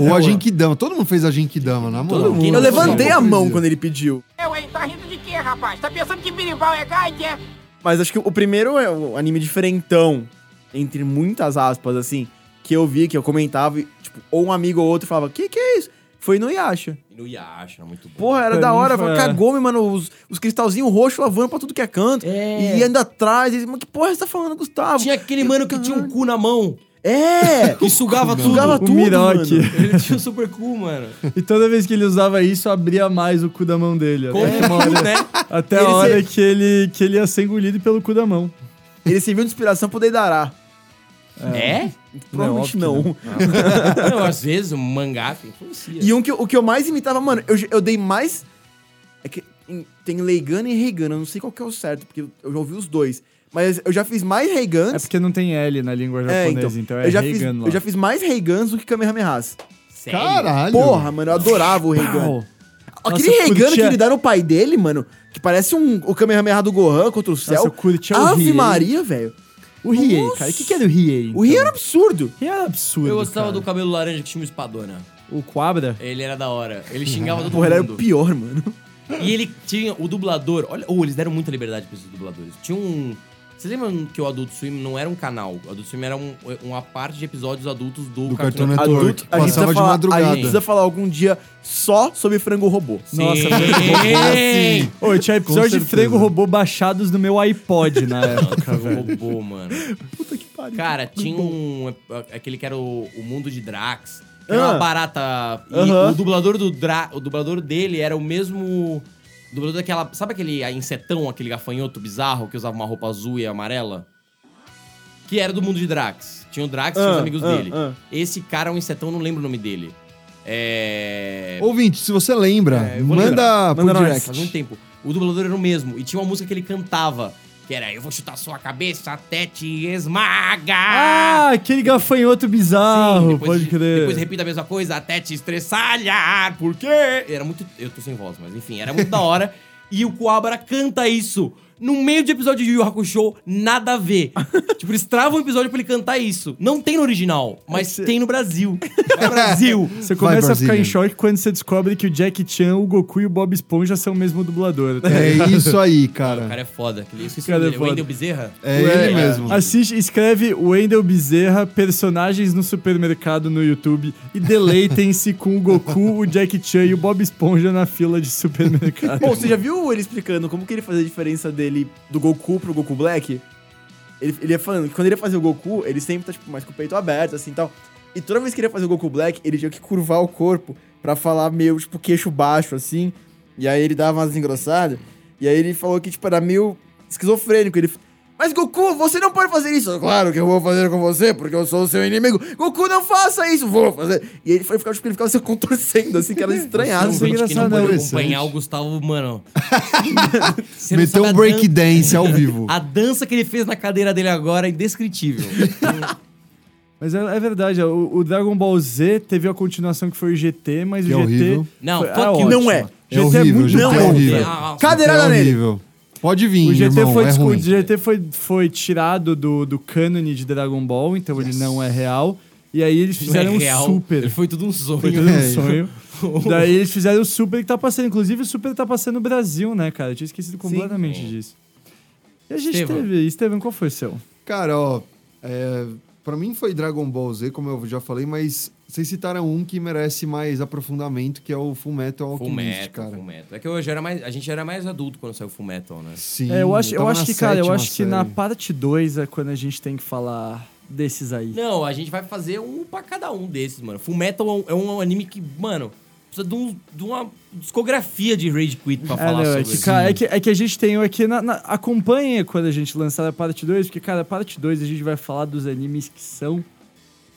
Speaker 4: Ou a Genkidama. Todo mundo fez a Genkidama, na moral.
Speaker 6: mundo.
Speaker 5: Eu levantei a mão
Speaker 4: Hipocrisia.
Speaker 5: quando ele pediu.
Speaker 9: Eu, hein? Tá rindo de quê, rapaz? Tá pensando que birimbau é gás, é?
Speaker 5: Mas acho que o primeiro é o anime diferentão, entre muitas aspas, assim, que eu vi, que eu comentava, e, tipo, ou um amigo ou outro falava, que que é isso? Foi no Yasha.
Speaker 6: No Yasha, muito bom.
Speaker 5: Porra, era
Speaker 7: Pra
Speaker 5: da
Speaker 7: mim
Speaker 5: hora,
Speaker 7: foi-
Speaker 5: cagou-me, mano, os, os cristalzinhos roxos lavando pra tudo que é canto.
Speaker 6: É.
Speaker 5: E ainda atrás, e, mas que porra você tá falando, Gustavo?
Speaker 6: Tinha aquele mano que tinha um cu na mão
Speaker 5: É!
Speaker 6: e sugava tudo.
Speaker 5: Sugava
Speaker 7: O
Speaker 5: tudo,
Speaker 7: Miroque.
Speaker 5: mano.
Speaker 6: Ele tinha um super cu, mano.
Speaker 7: E toda vez que ele usava isso, abria mais o cu da mão dele.
Speaker 6: Como
Speaker 4: É.
Speaker 7: Até uma hora,
Speaker 6: né?
Speaker 7: até a
Speaker 5: Ele se-
Speaker 7: hora que, ele, que ele ia ser engolido pelo cu da mão.
Speaker 5: Ele serviu de inspiração pro Deidará.
Speaker 6: É?
Speaker 5: Provavelmente não.
Speaker 7: óbvio
Speaker 6: Não, às vezes o mangá que influencia.
Speaker 5: E um que, eu- o que eu mais imitava, mano, eu, eu dei mais. É que em- tem Leigana e Reigana, eu não sei qual que é o certo, porque eu já ouvi os dois. Mas eu já fiz mais
Speaker 7: É
Speaker 5: Reigans.
Speaker 7: porque não tem L na língua japonesa, então, é
Speaker 5: eu, já fiz,
Speaker 7: Reagan lá.
Speaker 5: eu já fiz mais Reigans do que Kamehamehas.
Speaker 6: Sério?
Speaker 4: Caralho!
Speaker 5: Porra, mano, eu adorava o Reigana.
Speaker 7: Pau.
Speaker 5: Aquele
Speaker 7: Nossa, eu
Speaker 5: Reigana
Speaker 7: curtia-
Speaker 5: que ele dá no pai dele, mano, que parece um, o Kamehameha do Gohan contra o céu.
Speaker 7: eu curtia o
Speaker 5: Ave
Speaker 7: Riei.
Speaker 5: Maria, velho.
Speaker 7: O Riei, cara. O que, que era o Riei?
Speaker 5: O Rio era absurdo.
Speaker 7: Riei era absurdo.
Speaker 6: Eu gostava
Speaker 7: cara.
Speaker 6: do cabelo laranja que tinha uma espadona.
Speaker 7: O Quabra.
Speaker 6: Ele era da hora. Ele xingava todo
Speaker 5: Porra, ele era o
Speaker 6: mundo.
Speaker 5: pior, mano.
Speaker 6: E ele tinha o dublador. Olha, ou eles deram muita liberdade pra esses dubladores. Tinha um. Vocês lembram que o Adult Swim não era um canal? O Adult Swim era um- uma parte de episódios adultos do,
Speaker 4: Do
Speaker 6: Cartoon
Speaker 4: Cartoon
Speaker 6: Network.
Speaker 4: Network.
Speaker 5: Adulto, a gente,
Speaker 4: Passava
Speaker 5: precisa
Speaker 4: de
Speaker 5: falar, a gente
Speaker 4: madrugada.
Speaker 5: precisa falar algum dia só sobre frango robô.
Speaker 6: Sim.
Speaker 7: Ô, tinha episódio de
Speaker 4: certeza.
Speaker 7: frango robô baixados no meu iPod na época,
Speaker 6: Nossa,
Speaker 7: velho.
Speaker 6: robô, mano.
Speaker 7: Puta que pariu.
Speaker 6: Cara, tinha um. Aquele que era o, o mundo de Drax. Era uma
Speaker 5: Ah.
Speaker 6: barata. E
Speaker 5: Aham.
Speaker 6: o dublador do Dra, O dublador dele era o mesmo. Dublador daquela. Sabe aquele insetão, aquele gafanhoto bizarro que usava uma roupa azul e amarela? Que era do mundo de Drax. Tinha o Drax e tinha os
Speaker 5: Ah,
Speaker 6: amigos
Speaker 5: ah,
Speaker 6: dele.
Speaker 5: ah.
Speaker 6: Esse cara é um insetão, não lembro o nome dele. É.
Speaker 4: Ouvinte, se você lembra,
Speaker 6: É, eu vou
Speaker 4: manda pro
Speaker 5: Manda nós.
Speaker 4: direct.
Speaker 6: Faz um tempo. O dublador era o mesmo. E tinha uma música que ele cantava. Que era Eu vou chutar sua cabeça até te esmagar.
Speaker 7: Ah, aquele gafanhoto bizarro,
Speaker 6: Sim, depois
Speaker 7: Ah, pode
Speaker 6: de-
Speaker 7: crer.
Speaker 6: Depois repita a mesma coisa até te estressalhar, porque... Era muito... Eu tô sem voz, mas enfim, era muito da hora. E o Coabra canta isso. No meio de episódio de Yu Yu Hakusho, nada a ver. tipo, eles travam o episódio pra ele cantar isso. Não tem no original, mas tem no Brasil. Vai, Brasil!
Speaker 7: É Você
Speaker 4: Vai,
Speaker 7: começa a ficar em
Speaker 4: Brasília.
Speaker 7: choque quando você descobre que o Jack Chan, o Goku e o Bob Esponja são o mesmo dublador. tá?
Speaker 4: É isso aí,
Speaker 6: O cara
Speaker 4: cara.
Speaker 6: é foda. aquele- Eu esqueci
Speaker 7: Cara
Speaker 6: o
Speaker 7: é
Speaker 6: nome dele.
Speaker 7: foda.
Speaker 6: Wendel Bezerra?
Speaker 4: É ele mesmo.
Speaker 7: Assiste, escreve Wendel Bezerra, personagens no supermercado no YouTube e deleitem-se com o Goku, o Jack Chan e o Bob Esponja na fila de supermercado.
Speaker 5: Bom, você já viu ele explicando como que ele fazia a diferença dele do Goku pro Goku Black? Ele, ele ia falando que quando ele ia fazer o Goku, ele sempre tá tipo, mais com o peito aberto, assim e tal. E toda vez que ele ia fazer o Goku Black, ele tinha que curvar o corpo pra falar meio, tipo, queixo baixo, assim. E aí ele dava umas engrossadas. E aí ele falou que, tipo, era meio esquizofrênico. Ele. Mas Goku, você não pode fazer isso! Claro que eu vou fazer com você, porque eu sou o seu inimigo. Goku, não faça isso! Vou fazer. E aí ele foi ficar, tipo, ele ficava se contorcendo, assim, que era estranhado.
Speaker 7: Nossa,
Speaker 6: Gente que não
Speaker 7: é engraçado, né,
Speaker 6: pode
Speaker 4: interessante.
Speaker 6: acompanhar o Gustavo, mano. Você não
Speaker 4: Meteu
Speaker 6: sabe
Speaker 4: um
Speaker 6: a
Speaker 4: break
Speaker 6: dan-
Speaker 4: dance ao vivo.
Speaker 6: A dança que ele fez na cadeira dele agora é indescritível.
Speaker 7: Mas é, é verdade, o, o Dragon Ball Z teve a continuação que foi o GT, mas
Speaker 4: Que
Speaker 7: o
Speaker 4: é
Speaker 7: GT.
Speaker 4: horrível.
Speaker 6: Não,
Speaker 7: foi-
Speaker 6: fuck
Speaker 7: ah,
Speaker 6: you,
Speaker 7: ótimo.
Speaker 5: não é.
Speaker 4: É horrível,
Speaker 7: muito
Speaker 4: GT
Speaker 5: não
Speaker 4: é
Speaker 5: é.
Speaker 4: horrível.
Speaker 6: Ah,
Speaker 5: Cadeirada
Speaker 4: é
Speaker 5: nele!
Speaker 4: horrível. Pode vir,
Speaker 7: O GT,
Speaker 4: irmão,
Speaker 7: foi,
Speaker 4: é
Speaker 7: discu-
Speaker 4: ruim.
Speaker 7: o GT foi, foi tirado do, do cânone de Dragon Ball, então ele não é real. E aí eles
Speaker 6: Não é
Speaker 7: fizeram
Speaker 6: real.
Speaker 7: um super.
Speaker 6: Ele foi tudo um
Speaker 4: É
Speaker 6: sonho.
Speaker 7: Foi tudo um sonho. Daí eles fizeram o Super que tá passando. Inclusive, o Super tá passando no Brasil, né, cara? Eu tinha esquecido completamente disso. E a gente
Speaker 6: Estevão.
Speaker 7: teve. Estevam, qual foi o seu?
Speaker 4: Cara, ó. é, Pra mim foi Dragon Ball Z, como eu já falei, mas vocês citaram um que merece mais aprofundamento, que é o Full Metal
Speaker 6: Full
Speaker 4: Alchemist,
Speaker 6: metal,
Speaker 4: cara.
Speaker 6: full metal. É que hoje era mais, a gente era mais adulto quando saiu Full Metal, né?
Speaker 4: Sim.
Speaker 7: É, eu acho, eu
Speaker 4: tava
Speaker 7: acho
Speaker 4: na
Speaker 7: que, cara, eu
Speaker 4: sétima
Speaker 7: acho que na
Speaker 4: série.
Speaker 7: parte 2 é quando a gente tem que falar desses aí.
Speaker 6: Não, a gente vai fazer um pra cada um desses, mano. Full Metal é um, é um anime que, mano, precisa de, um- de uma discografia de Rage Quit pra
Speaker 7: É,
Speaker 6: falar
Speaker 7: não,
Speaker 6: sobre
Speaker 7: é, que,
Speaker 6: isso.
Speaker 7: cara, é, que, é que a gente tem aqui. Na, na- acompanhe quando a gente lançar a parte 2, porque, cara, a parte 2 a gente vai falar dos animes que são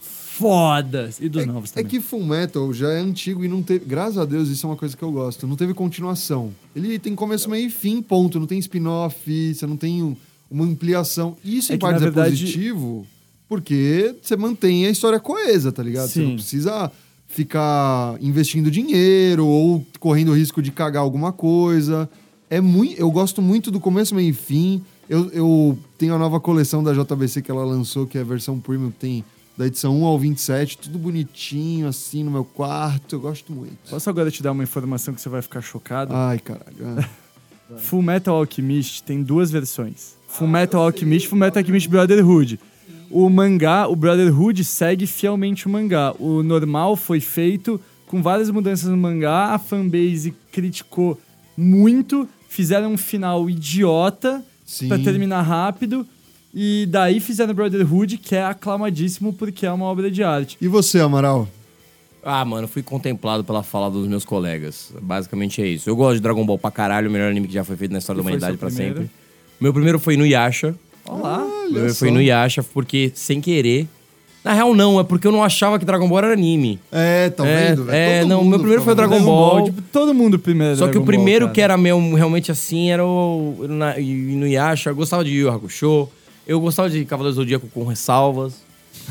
Speaker 7: fodas e dos novos
Speaker 4: É
Speaker 7: também.
Speaker 4: que Full Metal já é antigo e não teve. Graças a Deus, isso é uma coisa que eu gosto. Não teve continuação. Ele tem começo, meio e fim, ponto. Não tem spin-off, você não tem um- uma ampliação. E Isso,
Speaker 7: É
Speaker 4: em
Speaker 7: que,
Speaker 4: partes,
Speaker 7: na
Speaker 4: é
Speaker 7: verdade-
Speaker 4: positivo, porque você mantém a história coesa, tá ligado? Você
Speaker 7: Sim.
Speaker 4: não precisa ficar investindo dinheiro ou correndo o risco de cagar alguma coisa. É muito, eu gosto muito do começo, meio e fim. Eu, eu tenho a nova coleção da JBC que ela lançou, que é a versão premium, que tem da edição 1 ao 27, tudo bonitinho, assim, no meu quarto. Eu gosto muito.
Speaker 7: Posso agora te dar uma informação que você vai ficar chocado?
Speaker 4: Ai, caralho. é.
Speaker 7: Full Metal Alchemist tem duas versões. Full Metal Alchemist e Full Metal Alchemist Brotherhood. O mangá, o Brotherhood segue fielmente o mangá. O normal foi feito com várias mudanças no mangá, a fanbase criticou muito, fizeram um final idiota
Speaker 4: Sim.
Speaker 7: pra terminar rápido e daí fizeram o Brotherhood, que é aclamadíssimo porque é uma obra de arte.
Speaker 4: E você, Amaral?
Speaker 6: Ah, mano, fui contemplado pela fala dos meus colegas. Basicamente é isso. Eu gosto de Dragon Ball pra caralho, o melhor anime que já foi feito na história da
Speaker 7: foi
Speaker 6: humanidade
Speaker 7: seu
Speaker 6: pra
Speaker 7: primeiro?
Speaker 6: sempre. Meu primeiro foi no Yasha.
Speaker 7: Olá.
Speaker 4: Olha
Speaker 6: Meu foi
Speaker 4: só.
Speaker 6: no Yasha, porque sem querer. Na real, não, é porque eu não achava que Dragon Ball era anime.
Speaker 4: É, tá
Speaker 6: É,
Speaker 4: vendo? velho?
Speaker 6: é,
Speaker 4: Todo
Speaker 6: não,
Speaker 4: mundo
Speaker 6: meu primeiro foi o
Speaker 4: falando.
Speaker 6: Dragon Ball.
Speaker 7: tipo, todo mundo primeiro.
Speaker 6: Só que
Speaker 7: Dragon
Speaker 6: o primeiro
Speaker 7: Ball,
Speaker 6: que
Speaker 7: cara.
Speaker 6: era meu, realmente assim era o o na- e- e no Yasha. Eu gostava de Yu Yu Hakusho. Eu gostava de Cavaleiro do Zodíaco com ressalvas.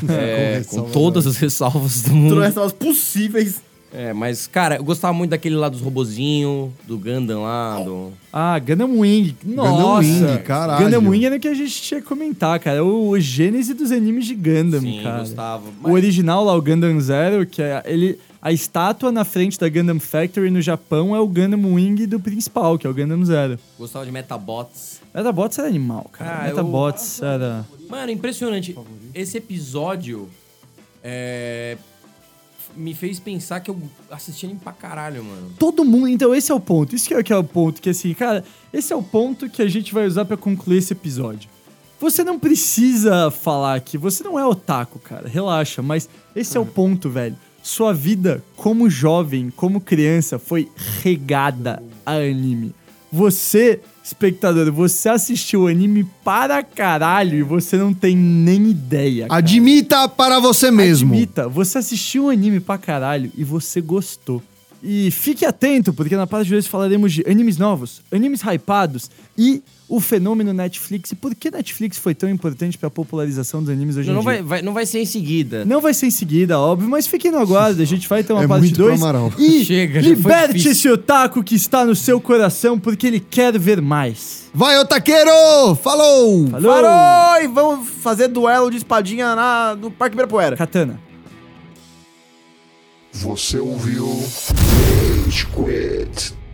Speaker 6: É, com,
Speaker 4: ressalvas,
Speaker 7: né?
Speaker 6: todas as ressalvas do mundo.
Speaker 5: Todas as possíveis.
Speaker 6: É, mas, cara, eu gostava muito daquele lá dos robozinhos, do Gundam lá, do...
Speaker 7: Ah, Gundam Wing. Nossa.
Speaker 4: Wing, caralho.
Speaker 7: Gundam Wing era o que a gente tinha que comentar, cara. É O, o gênese dos animes de Gundam,
Speaker 6: Sim,
Speaker 7: cara.
Speaker 6: gostava. Mas-
Speaker 7: O original lá, o Gundam Zero, que é ele... A estátua na frente da Gundam Factory no Japão é o Gundam Wing do principal, que é o Gundam Zero.
Speaker 6: Gostava de Metabots.
Speaker 7: Metabots era animal, cara.
Speaker 6: Ah, eu-
Speaker 7: Metabots era...
Speaker 6: Mano, impressionante. Esse episódio é, me fez pensar que eu assistia anime pra caralho, mano.
Speaker 7: Todo mundo... Então esse é o ponto. Isso que é, que é o ponto que, assim, cara... Esse é o ponto que a gente vai usar pra concluir esse episódio. Você não precisa falar que você não é otaku, cara. Relaxa, mas esse é o ponto, velho. Sua vida como jovem, como criança, foi regada a anime. Você, espectador, você assistiu anime para caralho e você não tem nem ideia. cara.
Speaker 4: Admita para você mesmo.
Speaker 7: Admita, você assistiu um anime pra caralho e você gostou. E fique atento, porque na parte de hoje falaremos de animes novos, animes hypados e o fenômeno Netflix. E por que Netflix foi tão importante pra popularização dos animes hoje
Speaker 6: Não,
Speaker 7: em
Speaker 6: não vai,
Speaker 7: dia?
Speaker 6: vai- não vai ser em seguida.
Speaker 7: Não vai ser em seguida, óbvio, mas fiquem no aguardo. A gente vai ter uma
Speaker 4: É
Speaker 7: parte
Speaker 4: muito pro
Speaker 7: 2.
Speaker 4: Amaral.
Speaker 7: E
Speaker 6: Chega, já foi
Speaker 7: liberte
Speaker 6: difícil.
Speaker 7: esse otaku que está no seu coração, porque ele quer ver mais.
Speaker 4: Vai, Otaqueiro! Falou!
Speaker 7: Falou!
Speaker 5: Parou! E vamos fazer duelo de espadinha na, no Parque Ibirapuera.
Speaker 7: Katana.
Speaker 8: Você ouviu? Rage Quit.